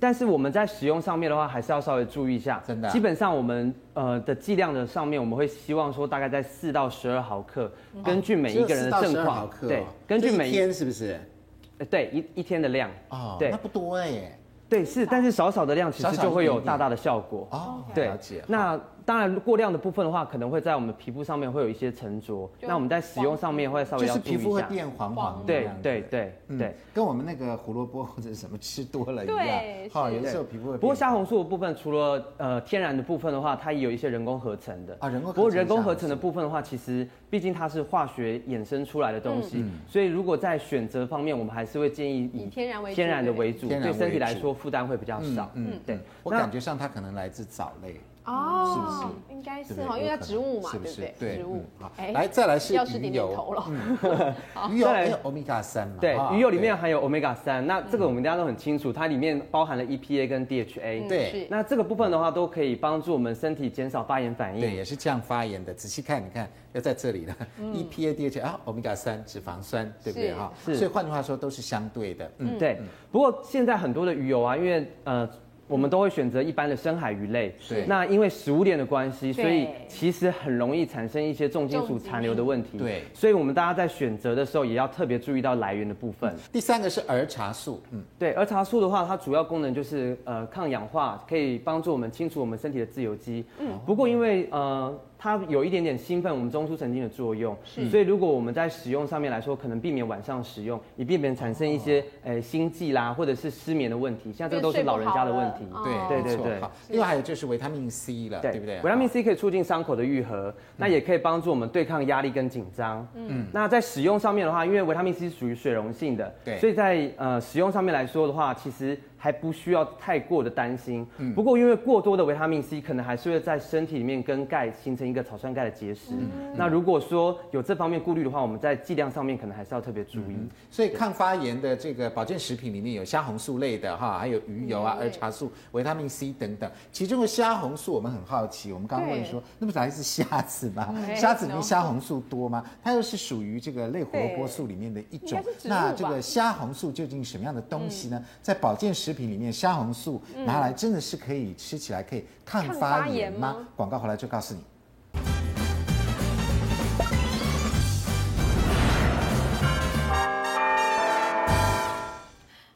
[SPEAKER 5] 但是我们在使用上面的话，还是要稍微注意一下。
[SPEAKER 2] 真的啊
[SPEAKER 5] 基本上我们呃的剂量的上面，我们会希望说大概在四到十二毫克，
[SPEAKER 2] 嗯
[SPEAKER 5] 根据每一个人的
[SPEAKER 2] 哦
[SPEAKER 5] 症况，对，根据每
[SPEAKER 2] 一天是不是？
[SPEAKER 5] 呃对一一天的量，
[SPEAKER 2] 哦，
[SPEAKER 5] 对
[SPEAKER 2] 那不多哎。
[SPEAKER 5] 对是，但是少少的量其
[SPEAKER 2] 少
[SPEAKER 5] 实
[SPEAKER 2] 少
[SPEAKER 5] 就会
[SPEAKER 2] 一
[SPEAKER 5] 有
[SPEAKER 2] 点点
[SPEAKER 5] 大大的效果。
[SPEAKER 2] 哦，
[SPEAKER 5] 对
[SPEAKER 2] 了解。，
[SPEAKER 5] 那当然过量的部分的话，可能会在我们皮肤上面会有一些沉着，那我们在使用上面会稍
[SPEAKER 2] 就
[SPEAKER 5] 微要
[SPEAKER 2] 是
[SPEAKER 5] 注意
[SPEAKER 2] 皮
[SPEAKER 5] 一
[SPEAKER 2] 肤会
[SPEAKER 5] 下。
[SPEAKER 2] 变黄黄的这
[SPEAKER 5] 对
[SPEAKER 2] 样子。
[SPEAKER 5] 对对
[SPEAKER 2] 嗯
[SPEAKER 5] 对。，
[SPEAKER 2] 跟我们那个胡萝卜或者什么吃多了一样
[SPEAKER 1] 对，
[SPEAKER 2] 哈，
[SPEAKER 1] 是
[SPEAKER 2] 有的时候皮肤会变黄。
[SPEAKER 5] 不过虾红素的部分，除了呃天然的部分的话，它也有一些人工合成的
[SPEAKER 2] 啊人工合成
[SPEAKER 5] 不过人工合成的部分的话，其实毕竟它是化学衍生出来的东
[SPEAKER 2] 嗯
[SPEAKER 5] 西，所以如果在选择方面，我们还是会建议
[SPEAKER 1] 以天然为主
[SPEAKER 5] 天然的为主，
[SPEAKER 2] 天然为
[SPEAKER 5] 对
[SPEAKER 2] 主
[SPEAKER 5] 身体来说负担会比较少。
[SPEAKER 2] 嗯
[SPEAKER 5] 嗯，
[SPEAKER 2] 嗯
[SPEAKER 5] 对。
[SPEAKER 2] 我
[SPEAKER 5] 那
[SPEAKER 2] 感觉上它可能来自藻类。
[SPEAKER 1] 哦，
[SPEAKER 2] 是不
[SPEAKER 1] 应该是
[SPEAKER 2] 对不
[SPEAKER 1] 哈，
[SPEAKER 2] 对
[SPEAKER 1] 因为
[SPEAKER 2] 有
[SPEAKER 1] 它
[SPEAKER 2] 可能
[SPEAKER 1] 植物嘛，对
[SPEAKER 2] 是不
[SPEAKER 1] 不
[SPEAKER 2] 是
[SPEAKER 1] 对？
[SPEAKER 2] 对
[SPEAKER 1] 植物
[SPEAKER 2] 嗯好。
[SPEAKER 1] 哎
[SPEAKER 2] 来，再来是
[SPEAKER 1] 要是
[SPEAKER 2] 鱼
[SPEAKER 1] 点
[SPEAKER 2] 油
[SPEAKER 1] 头了，
[SPEAKER 2] 鱼油
[SPEAKER 5] 再来
[SPEAKER 2] 还有欧米伽三嘛？
[SPEAKER 5] 对
[SPEAKER 2] 哈
[SPEAKER 5] 鱼油里面含有 omega 三，那这个我
[SPEAKER 2] 嗯
[SPEAKER 5] 们大家都很清楚，它里面包含了 EPA 跟 DHA，、
[SPEAKER 1] 嗯
[SPEAKER 2] 对
[SPEAKER 1] 是
[SPEAKER 5] 那这个部分的话都可以帮助我们身体减少发炎反应。
[SPEAKER 2] 对，也是这样发炎的。仔细看，你看要在这里了、e p a DHA 啊，欧米伽三脂肪酸，对不对
[SPEAKER 1] 是
[SPEAKER 2] 哈？所
[SPEAKER 5] 嗯是
[SPEAKER 2] 以换句话说，都是相对的。嗯，
[SPEAKER 5] 对，不过现在很多的鱼油啊，因为呃。我们都会选择一般的深海鱼类，
[SPEAKER 2] 对
[SPEAKER 5] 那因为食物链的关系，
[SPEAKER 1] 对
[SPEAKER 5] 所以其实很容易产生一些重金属残留的问题。
[SPEAKER 2] 重金属对
[SPEAKER 5] 所以我们大家在选择的时候也要特别注意到来源的部分。
[SPEAKER 2] 第三个是儿茶素，嗯，
[SPEAKER 5] 对，儿茶素的话，它主要功能就是呃抗氧化，可以帮助我们清除我们身体的自由基。嗯，不过因为呃它有一点点兴奋我们中枢神经的作用，所以如果我们在使用上面来说，可能避免晚上使用，以避免产生一些、呃心悸啦或者是失眠的问题，像这个都是老人家的问题。
[SPEAKER 1] 哦
[SPEAKER 2] 对，
[SPEAKER 5] 对
[SPEAKER 2] 没
[SPEAKER 5] 对
[SPEAKER 2] 错
[SPEAKER 5] 对
[SPEAKER 2] 好，另外还有就是维他命 C 了，对不对？
[SPEAKER 5] 维他命
[SPEAKER 2] 好嗯
[SPEAKER 5] C 可以促进伤口的愈合，那也可以帮助我们对抗压力跟紧张。嗯，那在使用上面的话，因为维他命 C 是属于水溶性的，
[SPEAKER 2] 对
[SPEAKER 5] 所以在呃使用上面来说的话，其实还不需要太过的担心。
[SPEAKER 2] 嗯
[SPEAKER 5] 不过因为过多的维他命 C 可能还是会在身体里面跟钙形成一个草酸钙的结石。
[SPEAKER 2] 嗯
[SPEAKER 5] 那如果说有这方面顾虑的话，我们在剂量上面可能还是要特别注意。
[SPEAKER 2] 所以抗发炎的这个保健食品里面有虾红素类的哈，还有鱼油啊、儿茶素、维他命 C 等等。其中的虾红素我们很好奇，我们刚刚问说，那不是来自虾子吗？虾子里面虾红素多吗？它又是属于这个类胡萝卜素里面的一种
[SPEAKER 1] 应该是。植物吧嗯
[SPEAKER 2] 那这个虾红素究竟什么样的东西呢？在保健食品里面，虾红素拿来真的是可以吃起来可以抗
[SPEAKER 1] 抗发
[SPEAKER 2] 发
[SPEAKER 1] 炎
[SPEAKER 2] 炎吗
[SPEAKER 1] 吗？
[SPEAKER 2] 广告回来就告诉你。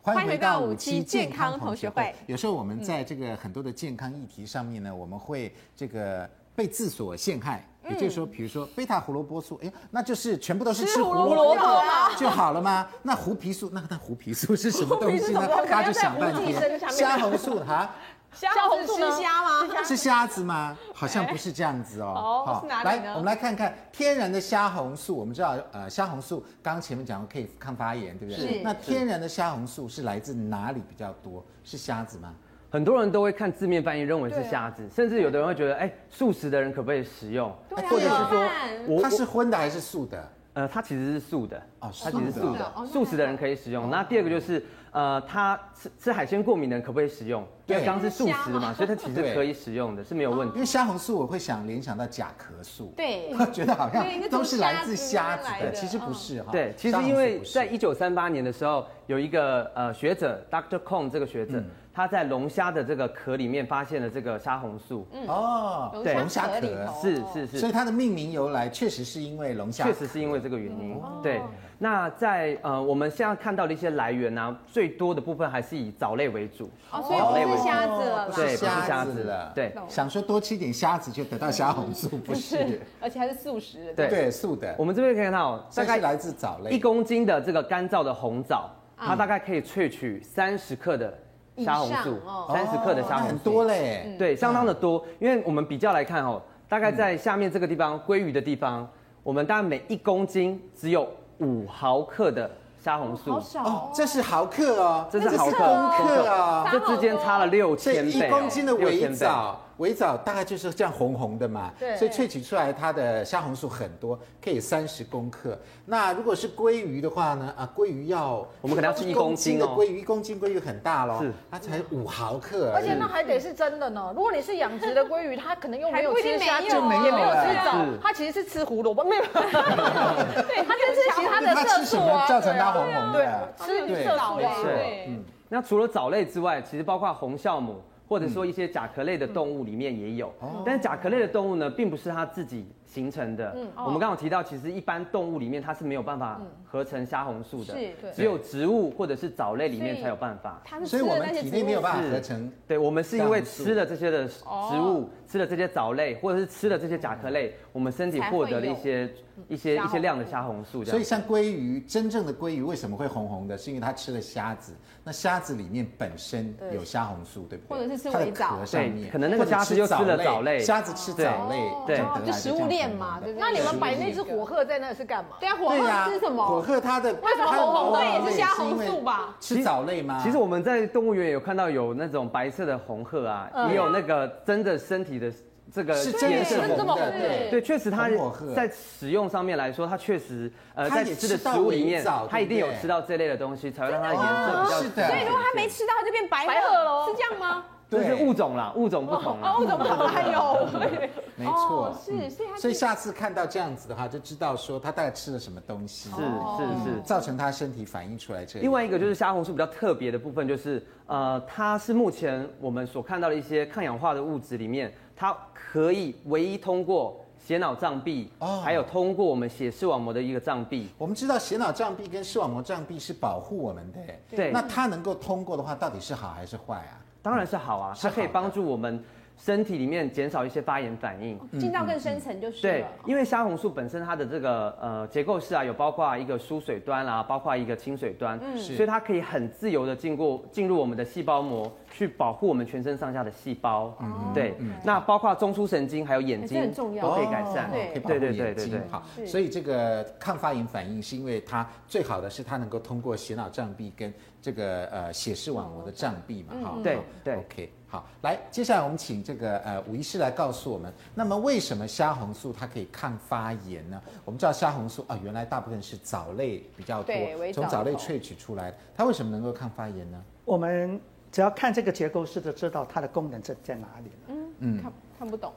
[SPEAKER 2] 欢迎回到五期健康同学会。有时候我们在这个很多的健康议题上面呢，我们会这个。被自锁陷害。
[SPEAKER 6] 嗯
[SPEAKER 2] 也就是说，比如说贝塔胡萝卜素，哎，那就是全部都是
[SPEAKER 6] 吃
[SPEAKER 2] 吃胡
[SPEAKER 6] 胡
[SPEAKER 2] 萝
[SPEAKER 6] 萝
[SPEAKER 2] 卜
[SPEAKER 6] 卜嘛
[SPEAKER 2] 就好了吗？那胡皮素，那那胡皮素是什么东西呢
[SPEAKER 6] 胡皮素怎么？
[SPEAKER 2] 他就想半
[SPEAKER 6] 我们要在胡子
[SPEAKER 2] 天
[SPEAKER 6] 上。面
[SPEAKER 2] 虾红素哈，
[SPEAKER 6] 虾
[SPEAKER 1] 虾
[SPEAKER 6] 红
[SPEAKER 1] 红
[SPEAKER 6] 素
[SPEAKER 1] 素
[SPEAKER 6] 呢
[SPEAKER 1] 吃？虾吗？
[SPEAKER 2] 是虾子吗？好像不是这样子哦。
[SPEAKER 6] 哦
[SPEAKER 2] 好
[SPEAKER 6] 是哪里
[SPEAKER 2] 来
[SPEAKER 6] 呢，
[SPEAKER 2] 我们来看看天然的虾红素。我们知道，呃，虾红素刚刚前面讲过可以抗发炎，对不对？
[SPEAKER 1] 是
[SPEAKER 2] 那天然的虾红素是来自哪里比较多？是虾子吗？
[SPEAKER 5] 很多人都会看字面翻译认为是虾子，甚至有的人会觉得，哎，素食的人可不可以食用？
[SPEAKER 6] 对啊
[SPEAKER 2] 哎或者是
[SPEAKER 1] 怎么
[SPEAKER 2] 说
[SPEAKER 1] 办，
[SPEAKER 5] 我
[SPEAKER 2] 它是荤的还是素的？
[SPEAKER 5] 呃，它其实是素的，
[SPEAKER 2] 哦
[SPEAKER 5] 它其实是
[SPEAKER 2] 素
[SPEAKER 5] 素
[SPEAKER 2] 的哦
[SPEAKER 5] 的
[SPEAKER 1] 哦，
[SPEAKER 5] 素食的人可以食用。那第二个就是，呃，它吃吃海鲜过敏的人可不可以食用？
[SPEAKER 2] 对
[SPEAKER 5] 因为刚是素食
[SPEAKER 1] 虾嘛
[SPEAKER 5] 嘛，所以它其实
[SPEAKER 2] 对
[SPEAKER 5] 可以食用的，是没有问题
[SPEAKER 2] 因。为虾红素我会想联想到甲壳素，
[SPEAKER 1] 对
[SPEAKER 2] 觉得好像
[SPEAKER 1] 对因为从
[SPEAKER 2] 都是来自虾子
[SPEAKER 6] 虾子那边来
[SPEAKER 2] 的，
[SPEAKER 6] 的
[SPEAKER 2] 其实不是哈。
[SPEAKER 5] 对，其
[SPEAKER 2] 虾红
[SPEAKER 5] 实
[SPEAKER 2] 素
[SPEAKER 5] 因为
[SPEAKER 2] 哦不是
[SPEAKER 5] 在一九三八年的时候，有一个呃学者 Dr. Kong 这个学者，
[SPEAKER 2] 嗯
[SPEAKER 5] 他在龙虾的这个壳里面发现了这个虾红素，
[SPEAKER 1] 嗯
[SPEAKER 2] 哦，
[SPEAKER 5] 对
[SPEAKER 2] 龙虾
[SPEAKER 6] 龙虾壳里
[SPEAKER 2] 壳
[SPEAKER 6] 头，
[SPEAKER 5] 是
[SPEAKER 1] 哦
[SPEAKER 5] 是是，
[SPEAKER 2] 所以它的命名由来确实是因为龙虾壳，
[SPEAKER 5] 确实是因为这个原
[SPEAKER 1] 嗯
[SPEAKER 5] 因。
[SPEAKER 1] 哦
[SPEAKER 5] 对，那在呃我们现在看到的一些来源呢、啊最多的部分还是以藻类为主，
[SPEAKER 1] 哦，所以不是虾子了
[SPEAKER 2] 不
[SPEAKER 1] 啦
[SPEAKER 2] 是。
[SPEAKER 5] 哦对，不是
[SPEAKER 2] 虾
[SPEAKER 5] 虾
[SPEAKER 2] 子
[SPEAKER 5] 子
[SPEAKER 2] 了
[SPEAKER 5] 了，对
[SPEAKER 2] 想说多吃一点虾子就得到虾红素，不是？
[SPEAKER 6] 而且还是素食的。
[SPEAKER 5] 对。
[SPEAKER 2] 对，素的
[SPEAKER 5] 我，们这边可以看到，
[SPEAKER 2] 这
[SPEAKER 5] 大
[SPEAKER 2] 是
[SPEAKER 5] 概
[SPEAKER 2] 来自藻类
[SPEAKER 5] 一。公斤的这个干燥的红枣，它大概可以萃取三十克的虾红素
[SPEAKER 1] 嗯以上哦，
[SPEAKER 5] 三十克的
[SPEAKER 2] 那
[SPEAKER 5] 虾红素，
[SPEAKER 2] 很多嘞，
[SPEAKER 5] 对，相当的多。因为我们比较来看哦，大概在下面这个地方，鲑鱼的地方，我们大概每一公斤只有五毫克的虾红素，
[SPEAKER 2] 哦，这是毫克哦，
[SPEAKER 5] 这是毫克
[SPEAKER 2] 公克哦。
[SPEAKER 5] 这之间差了六
[SPEAKER 2] 所
[SPEAKER 5] 千
[SPEAKER 2] 以一
[SPEAKER 5] 倍哦，
[SPEAKER 2] 公斤的
[SPEAKER 5] 6000
[SPEAKER 2] 围
[SPEAKER 5] 倍。哦
[SPEAKER 2] 藻，围藻大概就是这样红红的嘛，
[SPEAKER 6] 对
[SPEAKER 2] 所以萃取出来它的虾红素很多，可以三十公克。那如果是鲑鱼的话呢？啊，鲑鱼要
[SPEAKER 5] 我们可能要吃一公斤
[SPEAKER 2] 的
[SPEAKER 5] 哦
[SPEAKER 2] 鲑鱼，一公斤鲑鱼很大喽，
[SPEAKER 5] 是
[SPEAKER 2] 它才五毫克而
[SPEAKER 6] 而
[SPEAKER 2] 已，
[SPEAKER 6] 且那还得是真的呢。如果你是养殖的鲑鱼，它可能又没有吃虾，
[SPEAKER 1] 还不一定没有啊
[SPEAKER 6] 也没有吃
[SPEAKER 5] 就
[SPEAKER 6] 藻
[SPEAKER 5] 没有，
[SPEAKER 6] 它其啊实是吃胡萝卜，没有， 对，它就是吃其他的
[SPEAKER 2] 它
[SPEAKER 6] 色
[SPEAKER 2] 吃什
[SPEAKER 6] 素
[SPEAKER 2] 么
[SPEAKER 6] 啊，
[SPEAKER 2] 造成它红红
[SPEAKER 6] 对
[SPEAKER 2] 的
[SPEAKER 6] 啊，？吃鱼色素啊，
[SPEAKER 5] 对
[SPEAKER 6] 对，
[SPEAKER 5] 那除了藻类之外，其实包括红酵母，或
[SPEAKER 2] 嗯
[SPEAKER 5] 者说一些甲壳类的动物里面也有。
[SPEAKER 2] 哦
[SPEAKER 5] 但是甲壳类的动物呢，并不是它自己形成的。
[SPEAKER 1] 嗯
[SPEAKER 5] 我
[SPEAKER 1] 哦
[SPEAKER 5] 们刚刚有提到，其实一般动物里面它是没有办法合成虾红素的，
[SPEAKER 1] 是对
[SPEAKER 5] 只有植物或者是藻类里面
[SPEAKER 1] 所以
[SPEAKER 5] 才有办法。
[SPEAKER 1] 它是
[SPEAKER 2] 所以
[SPEAKER 1] 吃
[SPEAKER 2] 我
[SPEAKER 1] 了
[SPEAKER 2] 们
[SPEAKER 1] 那些
[SPEAKER 2] 体
[SPEAKER 1] 植
[SPEAKER 2] 内没有
[SPEAKER 1] 物。
[SPEAKER 2] 办法
[SPEAKER 5] 是
[SPEAKER 2] 合成
[SPEAKER 5] 对，我们是因为
[SPEAKER 2] 酵素
[SPEAKER 5] 吃了这些的植
[SPEAKER 1] 哦
[SPEAKER 5] 物，吃了这些藻类，或者是吃了这些甲壳
[SPEAKER 2] 嗯
[SPEAKER 5] 类，我们身体
[SPEAKER 1] 才会
[SPEAKER 5] 获得了
[SPEAKER 1] 有
[SPEAKER 5] 一些一些
[SPEAKER 6] 虾
[SPEAKER 5] 一
[SPEAKER 6] 红素
[SPEAKER 5] 些量的虾红素。这
[SPEAKER 2] 所以
[SPEAKER 5] 样。
[SPEAKER 2] 像鲑鱼，真正的鲑鱼为什么会红红的？是因为它吃了虾子，那虾子里面本身有虾红素，对不对？
[SPEAKER 1] 或者是吃
[SPEAKER 2] 它的
[SPEAKER 1] 微藻
[SPEAKER 2] 壳上面，
[SPEAKER 5] 对可能那个虾子就吃了藻类
[SPEAKER 2] 虾子吃藻类，
[SPEAKER 5] 对
[SPEAKER 2] 样得
[SPEAKER 1] 哦
[SPEAKER 2] 来
[SPEAKER 1] 就
[SPEAKER 2] 的
[SPEAKER 1] 食物链嘛
[SPEAKER 2] 这
[SPEAKER 1] 对不对
[SPEAKER 2] 样子
[SPEAKER 6] 那你们摆那只火鹤在那是干嘛？
[SPEAKER 1] 对啊，火
[SPEAKER 2] 对呀，
[SPEAKER 1] 鹤是什
[SPEAKER 2] 火
[SPEAKER 1] 么？
[SPEAKER 2] 鹤它的哦为
[SPEAKER 1] 什么红红的也是虾红素吧？
[SPEAKER 2] 吃藻类吗？
[SPEAKER 5] 其实我们在动物园有看到有那种白色的红鹤啊，也有那个真的身体的这个
[SPEAKER 2] 嗯是真的
[SPEAKER 5] 颜
[SPEAKER 2] 是
[SPEAKER 5] 色
[SPEAKER 2] 红
[SPEAKER 5] 红。
[SPEAKER 2] 的，
[SPEAKER 1] 对
[SPEAKER 2] 对。
[SPEAKER 5] 对，确实它
[SPEAKER 2] 红火鹤
[SPEAKER 5] 在使用上面来说，它确实呃
[SPEAKER 2] 它
[SPEAKER 5] 在
[SPEAKER 2] 也
[SPEAKER 5] 吃的
[SPEAKER 2] 吃到
[SPEAKER 5] 食物里面
[SPEAKER 2] 微藻，
[SPEAKER 5] 它一定
[SPEAKER 2] 对
[SPEAKER 5] 有
[SPEAKER 2] 不对
[SPEAKER 5] 吃到这类的东西，才会让它的颜色比较
[SPEAKER 2] 哦。是的
[SPEAKER 1] 所以如果它没，吃到，它就变白
[SPEAKER 6] 白
[SPEAKER 1] 鹤
[SPEAKER 6] 鹤喽
[SPEAKER 1] 是这样吗？
[SPEAKER 5] 这是
[SPEAKER 2] 对
[SPEAKER 5] 物种啦，物种不同啊啦。
[SPEAKER 6] 哦，怎么还 有？
[SPEAKER 2] 没错嗯
[SPEAKER 1] 哦，是，所以它
[SPEAKER 2] 所以下次看到这样子的话，就知道说它大概吃了什么东西，
[SPEAKER 5] 是是是。
[SPEAKER 2] 造成它身体反应出来这样。
[SPEAKER 5] 另外一个就是虾红素比较特别的部分，就是呃，它是目前我们所看到的一些抗氧化的物质里面，它可以唯一通过血脑障壁，
[SPEAKER 2] 哦
[SPEAKER 5] 还有通过我们血视网膜的一个障壁，
[SPEAKER 2] 我们知道血脑障壁跟视网膜障壁是保护我们的，
[SPEAKER 5] 对
[SPEAKER 2] 那它能够通过的话，到底是好还是坏啊？
[SPEAKER 5] 当然是好啊，
[SPEAKER 2] 是
[SPEAKER 5] 它可以
[SPEAKER 2] 好的
[SPEAKER 5] 帮助我们身体里面减少一些发炎反应。
[SPEAKER 2] 嗯
[SPEAKER 1] 进到更深层就是
[SPEAKER 5] 对
[SPEAKER 1] 了。，
[SPEAKER 5] 因为虾红素本身它的这个呃结构是啊，有包括一个疏水端啦、包括一个亲水端，
[SPEAKER 1] 嗯
[SPEAKER 2] 是
[SPEAKER 5] 所以它可以很自由的进过进入我们的细胞膜，去保护我们全身上下的细胞。对，那包括中枢神经还有眼
[SPEAKER 1] 哦哎这
[SPEAKER 5] 睛，
[SPEAKER 1] 很重要
[SPEAKER 3] 哦
[SPEAKER 5] 都可以改善。
[SPEAKER 2] 对，可以保护
[SPEAKER 5] 对对对
[SPEAKER 2] 眼
[SPEAKER 5] 对
[SPEAKER 2] 睛
[SPEAKER 5] 对。
[SPEAKER 2] 好，所以这个抗发炎反应是因为它最好的是它能够通过血脑障壁跟这个呃血视网膜的障壁
[SPEAKER 3] 嗯
[SPEAKER 2] 嘛，哈，
[SPEAKER 5] 对
[SPEAKER 2] 好
[SPEAKER 5] 对
[SPEAKER 2] ，OK，好，来，接下来我们请这个呃吴医师来告诉我们，那么为什么虾红素它可以抗发炎呢？我们知道虾红素啊，原来大部分是藻类比较多
[SPEAKER 6] 对，微藻
[SPEAKER 2] 从藻类
[SPEAKER 6] 头
[SPEAKER 2] 萃取出来的，它为什么能够抗发炎呢？
[SPEAKER 3] 我们只要看这个结构式的，知道它的功能在在哪里了。
[SPEAKER 6] 看看不懂，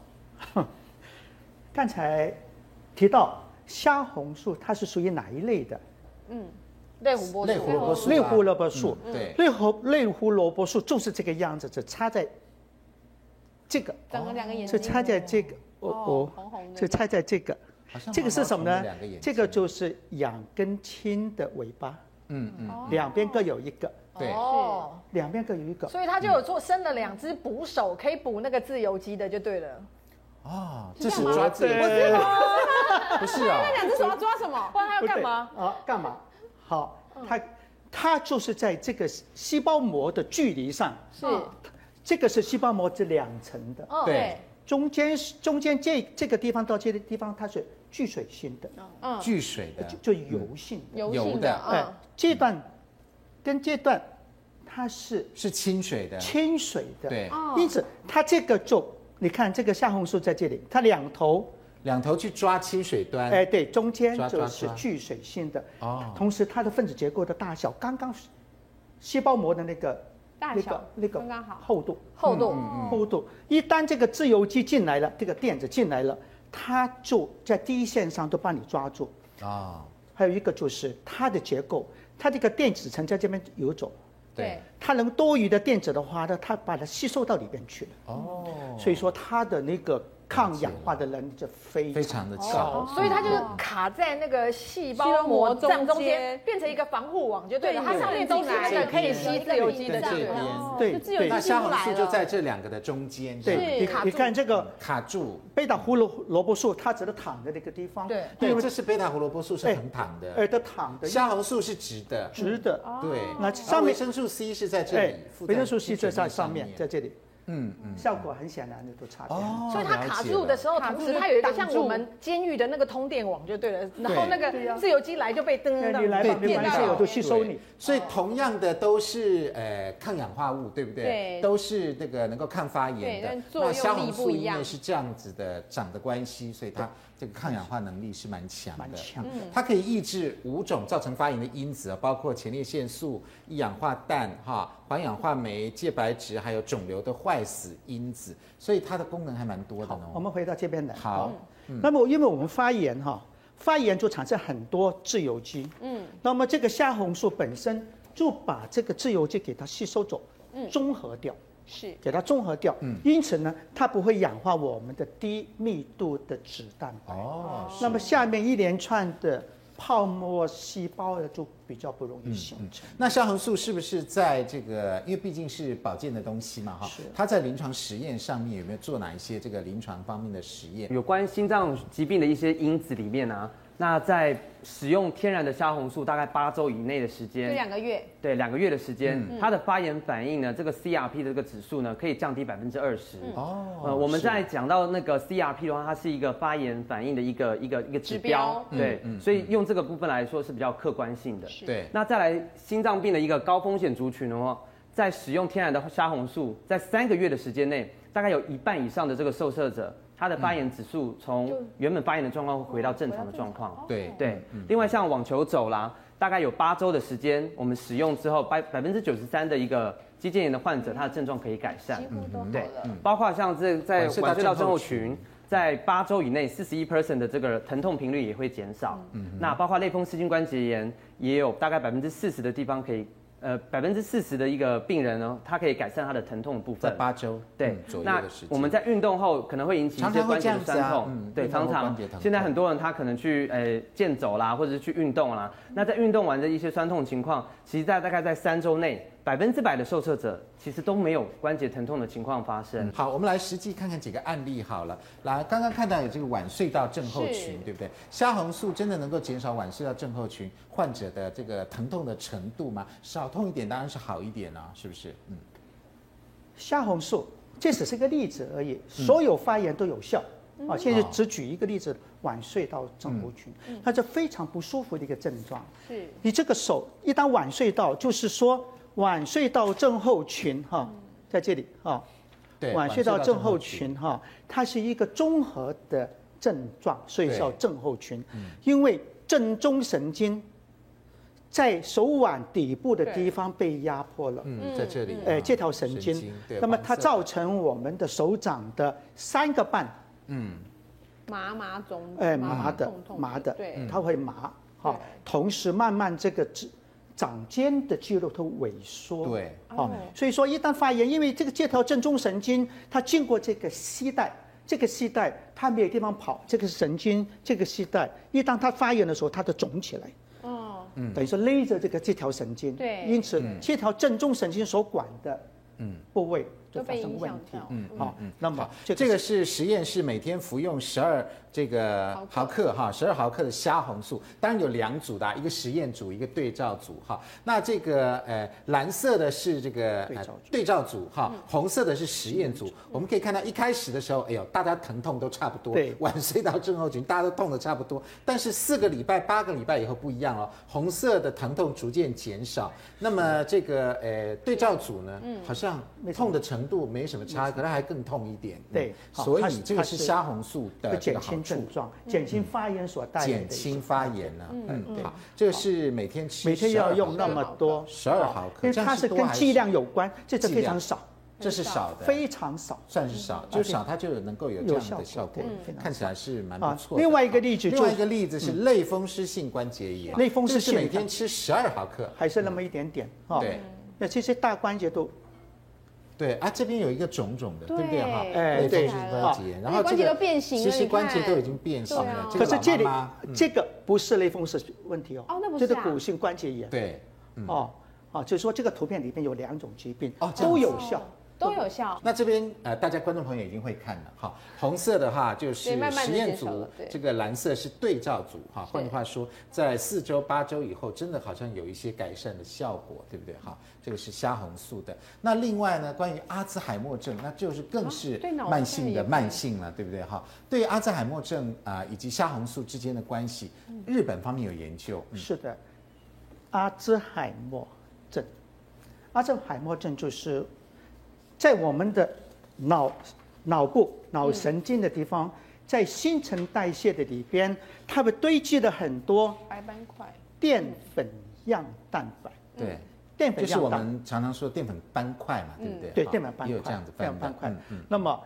[SPEAKER 3] 刚才提到虾红素，它是属于哪一类的？
[SPEAKER 6] 类胡萝卜素，
[SPEAKER 2] 类胡萝卜素啊，
[SPEAKER 3] 类胡萝
[SPEAKER 2] 嗯
[SPEAKER 3] 卜素。
[SPEAKER 2] 对
[SPEAKER 3] 类胡类胡萝卜素就是这个样子，只插在这个，
[SPEAKER 1] 长了两个眼
[SPEAKER 3] 就
[SPEAKER 1] 睛，
[SPEAKER 3] 插在这个，哦
[SPEAKER 6] 哦
[SPEAKER 3] 哦
[SPEAKER 6] 红红，的
[SPEAKER 3] 就插在这个
[SPEAKER 2] 好像。
[SPEAKER 3] 这个是什么
[SPEAKER 2] 毛毛虫的
[SPEAKER 3] 呢
[SPEAKER 2] 两个眼睛？
[SPEAKER 3] 这个就是两根青的尾巴，
[SPEAKER 2] 嗯嗯，
[SPEAKER 1] 哦
[SPEAKER 3] 两边各有一个，
[SPEAKER 2] 对。
[SPEAKER 6] 哦，
[SPEAKER 3] 两边各有一个。
[SPEAKER 6] 所以它就有做生了两只捕手，可以捕那个自由基的就对了。
[SPEAKER 2] 哦，这是抓自己，
[SPEAKER 3] 对
[SPEAKER 2] 不是 啊，
[SPEAKER 1] 那两只手要抓什么？
[SPEAKER 6] 不然他要
[SPEAKER 3] 不对
[SPEAKER 6] 干嘛？嗯
[SPEAKER 3] 啊，干嘛？好，它它就是在这个细胞膜的距离上，
[SPEAKER 6] 是，
[SPEAKER 3] 这个是细胞膜这两层的，
[SPEAKER 6] 嗯
[SPEAKER 2] 对，
[SPEAKER 3] 中间是中间这这个地方到这个地方它是聚水性的，
[SPEAKER 6] 嗯，
[SPEAKER 2] 聚水的，
[SPEAKER 3] 就就油性的，
[SPEAKER 6] 油
[SPEAKER 2] 油
[SPEAKER 6] 性
[SPEAKER 2] 的
[SPEAKER 6] 的，
[SPEAKER 3] 哎
[SPEAKER 6] 嗯，，
[SPEAKER 3] 这段跟这段它是
[SPEAKER 2] 是清水的，
[SPEAKER 3] 清水的，
[SPEAKER 2] 对，
[SPEAKER 3] 因此它这个就你看这个夏红素在这里，它两头
[SPEAKER 2] 两头去抓清水端，
[SPEAKER 3] 哎，对，中间
[SPEAKER 2] 抓抓
[SPEAKER 3] 就是
[SPEAKER 2] 抓
[SPEAKER 3] 聚水性的。
[SPEAKER 2] 哦
[SPEAKER 3] 同时它的分子结构的大小刚刚是细胞膜的那个
[SPEAKER 1] 大
[SPEAKER 3] 那
[SPEAKER 1] 小
[SPEAKER 3] 个那个
[SPEAKER 1] 刚刚好
[SPEAKER 3] 厚度嗯
[SPEAKER 6] 厚度
[SPEAKER 3] 厚度。一旦这个自由基进来了，这个电子进来了，它就在第一线上都帮你抓住。
[SPEAKER 2] 哦，
[SPEAKER 3] 还有一个就是它的结构，它这个电子层在这边游走，
[SPEAKER 2] 对，
[SPEAKER 3] 它能多余的电子的话呢，它把它吸收到里边去了。
[SPEAKER 2] 哦，
[SPEAKER 3] 所以说它的那个抗氧化的能力就非
[SPEAKER 2] 非
[SPEAKER 3] 常
[SPEAKER 2] 常的高，
[SPEAKER 3] 哦
[SPEAKER 6] 所以它就是卡在那个细
[SPEAKER 1] 哦细胞
[SPEAKER 6] 胞
[SPEAKER 1] 膜
[SPEAKER 6] 膜
[SPEAKER 1] 中
[SPEAKER 6] 正中
[SPEAKER 1] 间
[SPEAKER 6] 间，变成一个防护网，就对了。
[SPEAKER 1] 对
[SPEAKER 6] 它上面都是那个可以吸自由基的
[SPEAKER 2] 在这
[SPEAKER 6] 对
[SPEAKER 2] 边，
[SPEAKER 3] 对
[SPEAKER 1] 就自由基
[SPEAKER 3] 对
[SPEAKER 2] 那
[SPEAKER 1] 进
[SPEAKER 2] 虾
[SPEAKER 1] 不
[SPEAKER 2] 红
[SPEAKER 1] 来
[SPEAKER 2] 素就在
[SPEAKER 1] 了。
[SPEAKER 2] 这两个的中间，
[SPEAKER 3] 对。
[SPEAKER 6] 是卡
[SPEAKER 3] 你你
[SPEAKER 6] 住
[SPEAKER 3] 看这个
[SPEAKER 2] 卡住，
[SPEAKER 3] 贝塔胡萝萝卜素，它只能躺在那个地方，
[SPEAKER 6] 对
[SPEAKER 2] 对，这是贝塔胡萝卜素是横躺的，
[SPEAKER 3] 耳朵躺的，
[SPEAKER 2] 虾红素是直的，
[SPEAKER 3] 哎直的，
[SPEAKER 2] 对，
[SPEAKER 3] 那
[SPEAKER 2] 然
[SPEAKER 3] 上
[SPEAKER 2] 后维
[SPEAKER 3] 面哎
[SPEAKER 2] 生素 C 是在嗯啊这里，附
[SPEAKER 3] 维生素 C
[SPEAKER 2] 清水
[SPEAKER 3] 在在
[SPEAKER 2] 上哦
[SPEAKER 3] 上面，在这里，
[SPEAKER 2] 嗯嗯，
[SPEAKER 3] 效果很显然的都差别很大。
[SPEAKER 6] 所以它卡住的时
[SPEAKER 2] 候，
[SPEAKER 6] 候，
[SPEAKER 1] 卡住
[SPEAKER 6] 同时
[SPEAKER 1] 就
[SPEAKER 6] 它有一个
[SPEAKER 1] 挡
[SPEAKER 6] 像
[SPEAKER 1] 住
[SPEAKER 6] 我们监狱的那个通电网就对了，然后那
[SPEAKER 3] 对
[SPEAKER 6] 个
[SPEAKER 3] 呀
[SPEAKER 6] 自由基来就被噔
[SPEAKER 3] 那
[SPEAKER 6] 噔
[SPEAKER 3] 你来
[SPEAKER 2] 对
[SPEAKER 3] 吧，
[SPEAKER 6] 噔
[SPEAKER 3] 没
[SPEAKER 2] 变
[SPEAKER 3] 关
[SPEAKER 2] 大
[SPEAKER 3] 系，
[SPEAKER 2] 了
[SPEAKER 3] 我就吸收
[SPEAKER 2] 对
[SPEAKER 3] 你。
[SPEAKER 2] 所以同样的都是呃抗氧化物，对不对？
[SPEAKER 1] 对
[SPEAKER 2] 都是这个能够抗发炎
[SPEAKER 1] 对
[SPEAKER 2] 的
[SPEAKER 1] 但。作用
[SPEAKER 2] 虾
[SPEAKER 1] 力
[SPEAKER 2] 红
[SPEAKER 1] 不
[SPEAKER 2] 素
[SPEAKER 1] 一
[SPEAKER 2] 因
[SPEAKER 1] 样
[SPEAKER 2] 为是这样子的长的关系，所以它这个抗氧化能力是蛮强的。
[SPEAKER 3] 蛮强的
[SPEAKER 2] 嗯它可以抑制五种造成发炎的因子啊，包括前列腺素、一氧化氮、哈环氧化酶、介白质，还有肿瘤的坏死因子。所以它的功能还蛮多的哦
[SPEAKER 3] 好
[SPEAKER 2] 呢。，
[SPEAKER 3] 我们回到这边来。
[SPEAKER 2] 好，嗯
[SPEAKER 3] 那么因为我们发炎哈，发炎就产生很多自由基，嗯，那么这个虾红素本身就把这个自由基给它吸收走，中和掉。
[SPEAKER 1] 是
[SPEAKER 3] 给它中和掉，
[SPEAKER 2] 嗯
[SPEAKER 3] 因此呢，它不会氧化我们的低密度的脂蛋白。
[SPEAKER 2] 哦，
[SPEAKER 3] 那么下面一连串的泡沫细胞呢，就比较不容易形成。
[SPEAKER 2] 那虾红素是不是在这个，因为毕竟是保健的东西嘛，哈，它在临床实验上面有没有做哪一些这个临床方面的实验？
[SPEAKER 5] 有关心脏疾病的一些因子里面啊，那在使用天然的虾红素大概八周以内的时
[SPEAKER 1] 就
[SPEAKER 5] 间，
[SPEAKER 1] 两个月，
[SPEAKER 5] 对两个月的时间，
[SPEAKER 1] 嗯
[SPEAKER 5] 它的发炎反应呢，这个 CRP 的这个指数呢，可以降低百分之二十。
[SPEAKER 1] 嗯
[SPEAKER 2] 哦
[SPEAKER 5] 呃，我们
[SPEAKER 2] 是
[SPEAKER 5] 在讲到那个 CRP 的话，它是一个发炎反应的一个一个一个指标，
[SPEAKER 2] 指标
[SPEAKER 5] 对，
[SPEAKER 2] 嗯嗯
[SPEAKER 5] 所以用这个部分来说是比较客观性的。
[SPEAKER 2] 对
[SPEAKER 5] 那再来心脏病的一个高风险族群的话，在使用天然的虾红素，在三个月的时间内，大概有一半以上的这个受测者，他的
[SPEAKER 2] 嗯
[SPEAKER 5] 发炎指数从原本发炎的状况回到正常的状况。
[SPEAKER 1] 哦
[SPEAKER 2] 对
[SPEAKER 5] 对，
[SPEAKER 2] 嗯
[SPEAKER 5] 另外像网球肘啦，大概有八周的时间，我们使用之后，百百分之九十三的一个肌腱炎的患者，
[SPEAKER 2] 嗯
[SPEAKER 5] 他的症状可以改善
[SPEAKER 1] 几。乎都好
[SPEAKER 5] 对嗯
[SPEAKER 1] 了。，
[SPEAKER 5] 包括像这在
[SPEAKER 2] 晚睡到
[SPEAKER 5] 晚睡到
[SPEAKER 2] 症
[SPEAKER 5] 症
[SPEAKER 2] 候
[SPEAKER 5] 候
[SPEAKER 2] 群
[SPEAKER 5] 群，在八周以内，四十一 percent 的这个疼痛频率也会减少。
[SPEAKER 2] 嗯
[SPEAKER 5] 那包括类风湿性关节炎，也有大概百分之四十的地方可以，呃，百分之四十的一个病人呢，他可以改善他的疼痛的部
[SPEAKER 2] 在
[SPEAKER 5] 分。
[SPEAKER 2] 八周
[SPEAKER 5] 对
[SPEAKER 2] 嗯，左右
[SPEAKER 5] 那
[SPEAKER 2] 的时间。
[SPEAKER 5] 我们在运动后可能会引起一
[SPEAKER 2] 常
[SPEAKER 5] 些
[SPEAKER 2] 常会
[SPEAKER 5] 关节
[SPEAKER 2] 这
[SPEAKER 5] 的
[SPEAKER 2] 样子啊
[SPEAKER 5] 酸痛
[SPEAKER 2] 嗯，
[SPEAKER 5] 对，
[SPEAKER 2] 运动后
[SPEAKER 5] 常
[SPEAKER 2] 关
[SPEAKER 5] 常
[SPEAKER 2] 节疼痛。
[SPEAKER 5] 现在很多人他可能去呃健走啦，或者是去运动啦，那在运动完的一些酸痛情况，其实在大概在三周内，百分之百的受测者其实都没有关节疼痛的情况发生。
[SPEAKER 2] 嗯好，我们来实际看看几个案例好了。来，刚刚看到有这个晚睡到症候群
[SPEAKER 1] 是，
[SPEAKER 2] 对不对？虾红素真的能够减少晚睡到症候群患者的这个疼痛的程度吗？少痛一点当然是好一点啊，是不是？嗯，
[SPEAKER 3] 虾红素这只是个例子而已，所有发炎都有效。啊，现在
[SPEAKER 2] 嗯哦嗯
[SPEAKER 3] 只举一个例子，晚睡到症候群，它是非常不舒服的一个症状。
[SPEAKER 1] 是
[SPEAKER 3] 你这个手一旦晚睡到，就是说晚睡到症候群哈，
[SPEAKER 2] 嗯
[SPEAKER 3] 在这里哈，
[SPEAKER 2] 对，
[SPEAKER 3] 晚睡到症候群哈，它是一个综合的症状，所以叫
[SPEAKER 2] 对嗯
[SPEAKER 3] 症候群。因为正中神经在手腕底部的地方被压迫了，
[SPEAKER 2] 嗯，在这里，
[SPEAKER 3] 哎，
[SPEAKER 2] 啊
[SPEAKER 3] 这条神经
[SPEAKER 2] 经，，对
[SPEAKER 3] 那么
[SPEAKER 2] 黄
[SPEAKER 3] 它
[SPEAKER 2] 色
[SPEAKER 3] 造成我们的手掌的三个半，
[SPEAKER 1] 麻麻肿，
[SPEAKER 3] 哎，麻的
[SPEAKER 1] 痛痛
[SPEAKER 3] 麻的
[SPEAKER 2] 嗯
[SPEAKER 1] 对，，
[SPEAKER 3] 它会麻
[SPEAKER 1] 对。
[SPEAKER 3] 哈同时慢慢这个指掌尖的肌肉都萎缩，
[SPEAKER 2] 对，
[SPEAKER 3] 哦，所以说一旦发炎，因为这个这条正中神经它经过这个膝带，这个膝带它没有地方跑，这个神经这个膝带一旦它发炎的时候，它就肿起来，
[SPEAKER 1] 哦，
[SPEAKER 2] 嗯
[SPEAKER 3] 等于说勒着这个这条神经。
[SPEAKER 1] 对
[SPEAKER 2] 嗯
[SPEAKER 3] 因此这条正中神经所管的部位就发生问题
[SPEAKER 4] 就被影响到。
[SPEAKER 3] 嗯，好，那么
[SPEAKER 2] 好，
[SPEAKER 3] 这
[SPEAKER 2] 这
[SPEAKER 3] 个
[SPEAKER 2] 个是实验室每天服用十二这个毫克哈，十二毫克的虾红素。当然有两组的啊，一个实验组，一个对照组哈。那这个呃蓝色的是这个
[SPEAKER 3] 对
[SPEAKER 2] 呃
[SPEAKER 3] 照组
[SPEAKER 2] 对照组哈，
[SPEAKER 3] 嗯
[SPEAKER 2] 红色的是实验组。我们可以看到一开始的时候，哎呦，大家疼痛都差不多，
[SPEAKER 3] 对
[SPEAKER 2] 晚睡到症候群大家都痛的差不多。但是四个礼拜、八个礼拜以后不一样了，红色的疼痛逐渐减少。那么这个呃对照组呢，
[SPEAKER 3] 嗯
[SPEAKER 2] 好像痛的程度没什么差，可能还更痛一点。
[SPEAKER 3] 对
[SPEAKER 2] 嗯
[SPEAKER 3] 好
[SPEAKER 2] 所
[SPEAKER 3] 它
[SPEAKER 2] 以
[SPEAKER 3] 是
[SPEAKER 2] 这个
[SPEAKER 3] 它
[SPEAKER 2] 是
[SPEAKER 3] 是
[SPEAKER 2] 虾红素的
[SPEAKER 3] 会
[SPEAKER 2] 这个
[SPEAKER 3] 减
[SPEAKER 2] 好
[SPEAKER 3] 轻症
[SPEAKER 2] 处，嗯
[SPEAKER 3] 状，减轻发炎所带来的一
[SPEAKER 2] 减轻发炎呢。嗯，
[SPEAKER 3] 对
[SPEAKER 2] 好，这个是每天吃，
[SPEAKER 3] 每天要用
[SPEAKER 2] 到
[SPEAKER 3] 那么多，
[SPEAKER 2] 12毫克
[SPEAKER 3] 因为
[SPEAKER 2] 这样
[SPEAKER 3] 它
[SPEAKER 2] 是
[SPEAKER 3] 是
[SPEAKER 2] 多
[SPEAKER 3] 跟
[SPEAKER 2] 还是
[SPEAKER 3] 剂量有关，这是
[SPEAKER 2] 剂
[SPEAKER 3] 非
[SPEAKER 2] 量
[SPEAKER 3] 常少，
[SPEAKER 2] 这是少的，
[SPEAKER 3] 非常少。
[SPEAKER 2] 算是少，就少它就有能够有这
[SPEAKER 3] 嗯有
[SPEAKER 2] 样的效
[SPEAKER 3] 效
[SPEAKER 2] 果
[SPEAKER 3] 果对嗯，非常
[SPEAKER 2] 看起来是蛮
[SPEAKER 3] 啊
[SPEAKER 2] 不错的。
[SPEAKER 3] 另外一个例子
[SPEAKER 2] 另
[SPEAKER 3] 就嗯
[SPEAKER 2] 外一个例子是类风湿性关节炎，
[SPEAKER 3] 类风湿
[SPEAKER 2] 这是
[SPEAKER 3] 性
[SPEAKER 2] 每天吃十二毫克，
[SPEAKER 3] 还是那么一点点
[SPEAKER 2] 嗯
[SPEAKER 3] 啊。
[SPEAKER 2] 对，嗯
[SPEAKER 3] 那这些大关节都
[SPEAKER 2] 对啊，这边有一个肿肿的，对不对哈？
[SPEAKER 3] 哎
[SPEAKER 2] 类风
[SPEAKER 3] 对
[SPEAKER 2] 湿性关节炎，然
[SPEAKER 1] 那
[SPEAKER 2] 后
[SPEAKER 1] 关
[SPEAKER 2] 这
[SPEAKER 1] 节
[SPEAKER 2] 个
[SPEAKER 1] 都变形了
[SPEAKER 2] 其实
[SPEAKER 1] 你
[SPEAKER 2] 关节
[SPEAKER 1] 看
[SPEAKER 2] 都已经变形
[SPEAKER 1] 对
[SPEAKER 2] 了
[SPEAKER 1] 啊。
[SPEAKER 2] 这
[SPEAKER 3] 可
[SPEAKER 2] 个
[SPEAKER 3] 是这
[SPEAKER 2] 老
[SPEAKER 3] 里
[SPEAKER 2] 妈嗯妈
[SPEAKER 3] 这个不是类风湿问题哦，
[SPEAKER 1] 哦那不
[SPEAKER 3] 这
[SPEAKER 1] 是
[SPEAKER 3] 是
[SPEAKER 1] 啊
[SPEAKER 3] 骨性关节炎。
[SPEAKER 2] 对嗯
[SPEAKER 3] 哦，啊，就是说这个图片里面有两种疾病
[SPEAKER 2] 哦这样
[SPEAKER 3] 都
[SPEAKER 2] 子
[SPEAKER 3] 有效。
[SPEAKER 1] 都有效。
[SPEAKER 2] 那这边呃，大家观众朋友已经会看了哈，红色的话就
[SPEAKER 1] 对
[SPEAKER 2] 是
[SPEAKER 1] 慢慢地
[SPEAKER 2] 实验
[SPEAKER 1] 减少
[SPEAKER 2] 组
[SPEAKER 1] 了对，
[SPEAKER 2] 这个蓝色是对照组哈。换句话说，在四周八周以后，真的好像有一些改善的效果，对不对哈？这个是虾红素的。那另外呢，关于阿兹海默症，那就是更是
[SPEAKER 1] 啊对脑袋
[SPEAKER 2] 慢性
[SPEAKER 1] 也
[SPEAKER 2] 的
[SPEAKER 1] 会
[SPEAKER 2] 慢性了，对不对哈？对于阿兹海默症啊、以及虾红素之间的关系，
[SPEAKER 1] 嗯
[SPEAKER 2] 日本方面有研究，嗯
[SPEAKER 3] 是的，阿兹海默症，阿兹海默症就是在我们的脑脑部脑神经的地方，在新陈代谢的里边，它们堆积了很多
[SPEAKER 6] 白斑块，
[SPEAKER 3] 淀粉样蛋白，
[SPEAKER 1] 嗯
[SPEAKER 2] 对。
[SPEAKER 3] 淀
[SPEAKER 2] 就
[SPEAKER 3] 粉
[SPEAKER 2] 是
[SPEAKER 3] 样
[SPEAKER 2] 我
[SPEAKER 3] 蛋白。
[SPEAKER 2] 们常常说淀粉斑块嘛，对不对？
[SPEAKER 3] 对，
[SPEAKER 2] 哈
[SPEAKER 3] 淀粉斑
[SPEAKER 2] 啊也
[SPEAKER 3] 块，
[SPEAKER 2] 有这样子
[SPEAKER 3] 淀
[SPEAKER 2] 分
[SPEAKER 3] 粉
[SPEAKER 2] 的
[SPEAKER 3] 斑块
[SPEAKER 2] 嗯嗯。
[SPEAKER 3] 那么，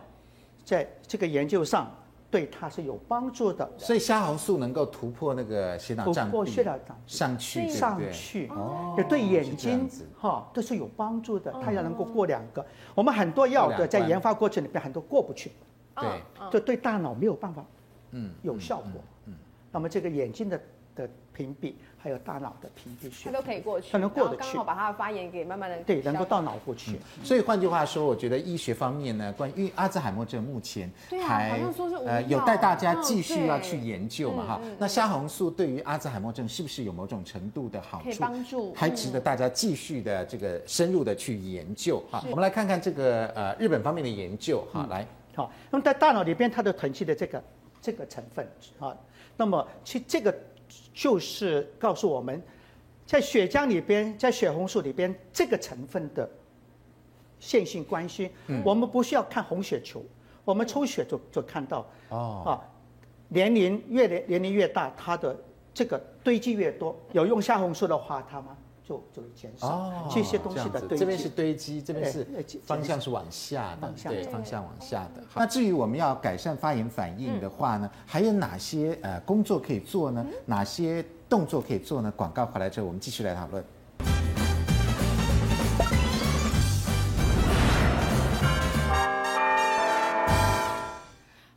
[SPEAKER 3] 在这个研究上，对它是有帮助的。
[SPEAKER 2] 所以虾红素能够突破那个血脑障
[SPEAKER 3] 突破
[SPEAKER 2] 壁
[SPEAKER 3] 血脑
[SPEAKER 2] 上
[SPEAKER 3] 障壁
[SPEAKER 2] 去，对不对
[SPEAKER 3] 上去
[SPEAKER 2] 哦，
[SPEAKER 3] 也对眼
[SPEAKER 2] 是这样
[SPEAKER 3] 睛
[SPEAKER 2] 子哦
[SPEAKER 3] 哈都是有帮助的。它要能够过两个，我们很多药
[SPEAKER 2] 过
[SPEAKER 3] 的
[SPEAKER 2] 两关
[SPEAKER 3] 在研发过程里面很多过不去，
[SPEAKER 1] 嗯
[SPEAKER 2] 对，
[SPEAKER 1] 哦
[SPEAKER 3] 就对大脑没有办法
[SPEAKER 2] 嗯，
[SPEAKER 3] 有效果。嗯，那么这个眼睛的的屏蔽，还有大脑的屏蔽
[SPEAKER 1] 它
[SPEAKER 3] 血，
[SPEAKER 1] 都可以过去，
[SPEAKER 3] 它能过得
[SPEAKER 1] 然后刚
[SPEAKER 3] 去
[SPEAKER 1] 好把它的发炎给慢慢的
[SPEAKER 3] 对，能够到脑部去。
[SPEAKER 2] 所以换句话说，我觉得医学方面呢，关于阿兹海默症目前
[SPEAKER 1] 对啊
[SPEAKER 2] 还呃
[SPEAKER 1] 好像说是无药
[SPEAKER 2] 有待大家
[SPEAKER 1] 嗯
[SPEAKER 2] 继续
[SPEAKER 1] 对
[SPEAKER 2] 要去研究嘛
[SPEAKER 1] 嗯
[SPEAKER 2] 哈。那虾红素对于阿兹海默症是不是有某种程度的好
[SPEAKER 1] 可以
[SPEAKER 2] 处？
[SPEAKER 1] 帮助嗯
[SPEAKER 2] 还值得大家继续的这个深入的去研究哈。我们来看看这个呃日本方面的研究哈，
[SPEAKER 3] 嗯
[SPEAKER 2] 来。
[SPEAKER 3] 好，那么在大脑里边，它的囤积的这个这个成分啊，那么其这个就是告诉我们，在血浆里边，在血红素里边，这个成分的线性关系，
[SPEAKER 2] 嗯
[SPEAKER 3] 我们不需要看红血球，我们抽血就就看到
[SPEAKER 2] 哦
[SPEAKER 3] 啊，年龄越年年龄越大，它的这个堆积越多，有用虾红素的话，它们就就会减少、
[SPEAKER 2] 哦，
[SPEAKER 3] 这些东西
[SPEAKER 2] 样
[SPEAKER 3] 的
[SPEAKER 2] 子
[SPEAKER 3] 堆积。
[SPEAKER 2] 这边是堆积，这边
[SPEAKER 3] 哎
[SPEAKER 2] 是
[SPEAKER 3] 哎这
[SPEAKER 2] 方向是往下的
[SPEAKER 3] 方，向
[SPEAKER 2] 对，方向往下的。那至于我们要改善发炎反应的话呢，还有哪些呃工作可以做呢？哪些动作可以做呢？广告回来之后，我们继续来讨论。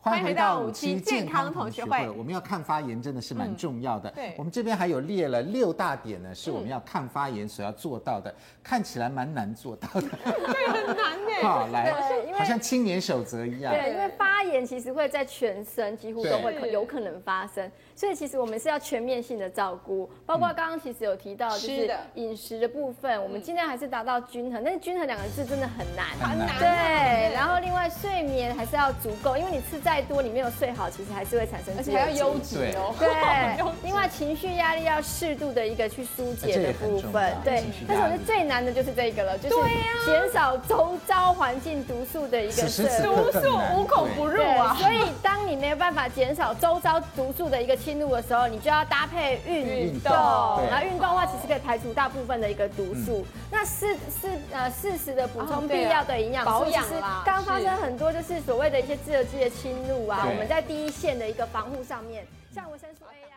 [SPEAKER 1] 欢迎回到五期健康同学会
[SPEAKER 2] 我们要看发炎真的是蛮重要的。
[SPEAKER 6] 对
[SPEAKER 2] 我们这边还有列了六大点呢，是我们要看发炎所要做到的，看起来蛮难做到的。
[SPEAKER 1] 很难呢。
[SPEAKER 2] 好，来，
[SPEAKER 4] 因为
[SPEAKER 2] 好像青年守则一样。
[SPEAKER 4] 对，因为发炎其实会在全身几乎都会可
[SPEAKER 6] 对
[SPEAKER 4] 有可能发生，所以其实我们是要全面性的照顾，包
[SPEAKER 2] 嗯
[SPEAKER 4] 括刚刚其实有提到就
[SPEAKER 1] 吃
[SPEAKER 4] 是
[SPEAKER 1] 的嗯
[SPEAKER 4] 饮食的部分，我们尽量还是达到均衡，但是均衡两个字真的很难，
[SPEAKER 2] 很难
[SPEAKER 4] 对，然后另外睡眠还是要足够，因为你吃再多，你没有睡好，其实还是会产生
[SPEAKER 1] 而
[SPEAKER 4] 自
[SPEAKER 1] 且
[SPEAKER 4] 由
[SPEAKER 1] 还要
[SPEAKER 4] 基
[SPEAKER 1] 优质
[SPEAKER 2] 对
[SPEAKER 1] 哦，
[SPEAKER 4] 对
[SPEAKER 1] 优质，
[SPEAKER 4] 另外情绪压力要适度的一个去疏解的部
[SPEAKER 2] 哎这也很重
[SPEAKER 4] 分
[SPEAKER 2] 要，
[SPEAKER 4] 对
[SPEAKER 2] 情绪压力。
[SPEAKER 4] 但是我觉得最难的就是这个了，就是
[SPEAKER 1] 对呀
[SPEAKER 4] 减少周遭环境毒素的一个
[SPEAKER 2] 此时
[SPEAKER 4] 摄
[SPEAKER 2] 此
[SPEAKER 4] 入。
[SPEAKER 1] 毒
[SPEAKER 2] 刻
[SPEAKER 1] 素无孔不入啊。
[SPEAKER 4] 对所以当你没有办法减少周遭毒素的一个侵入的时候，你就要搭配运
[SPEAKER 2] 运
[SPEAKER 4] 动。
[SPEAKER 2] 动对
[SPEAKER 4] 然后运动的话，其实可以排除大部分的一个毒素。那适适呃适时的补
[SPEAKER 1] 嗯哦
[SPEAKER 4] 充
[SPEAKER 1] 对啊
[SPEAKER 4] 必要的营养素
[SPEAKER 1] 保养
[SPEAKER 4] 其实
[SPEAKER 1] 啦
[SPEAKER 4] 刚发
[SPEAKER 1] 是
[SPEAKER 4] 生很多就是所谓的一些自由基的侵入啊，
[SPEAKER 2] 对
[SPEAKER 4] 我们在第一线的一个防护上面，像维生素 A 啊。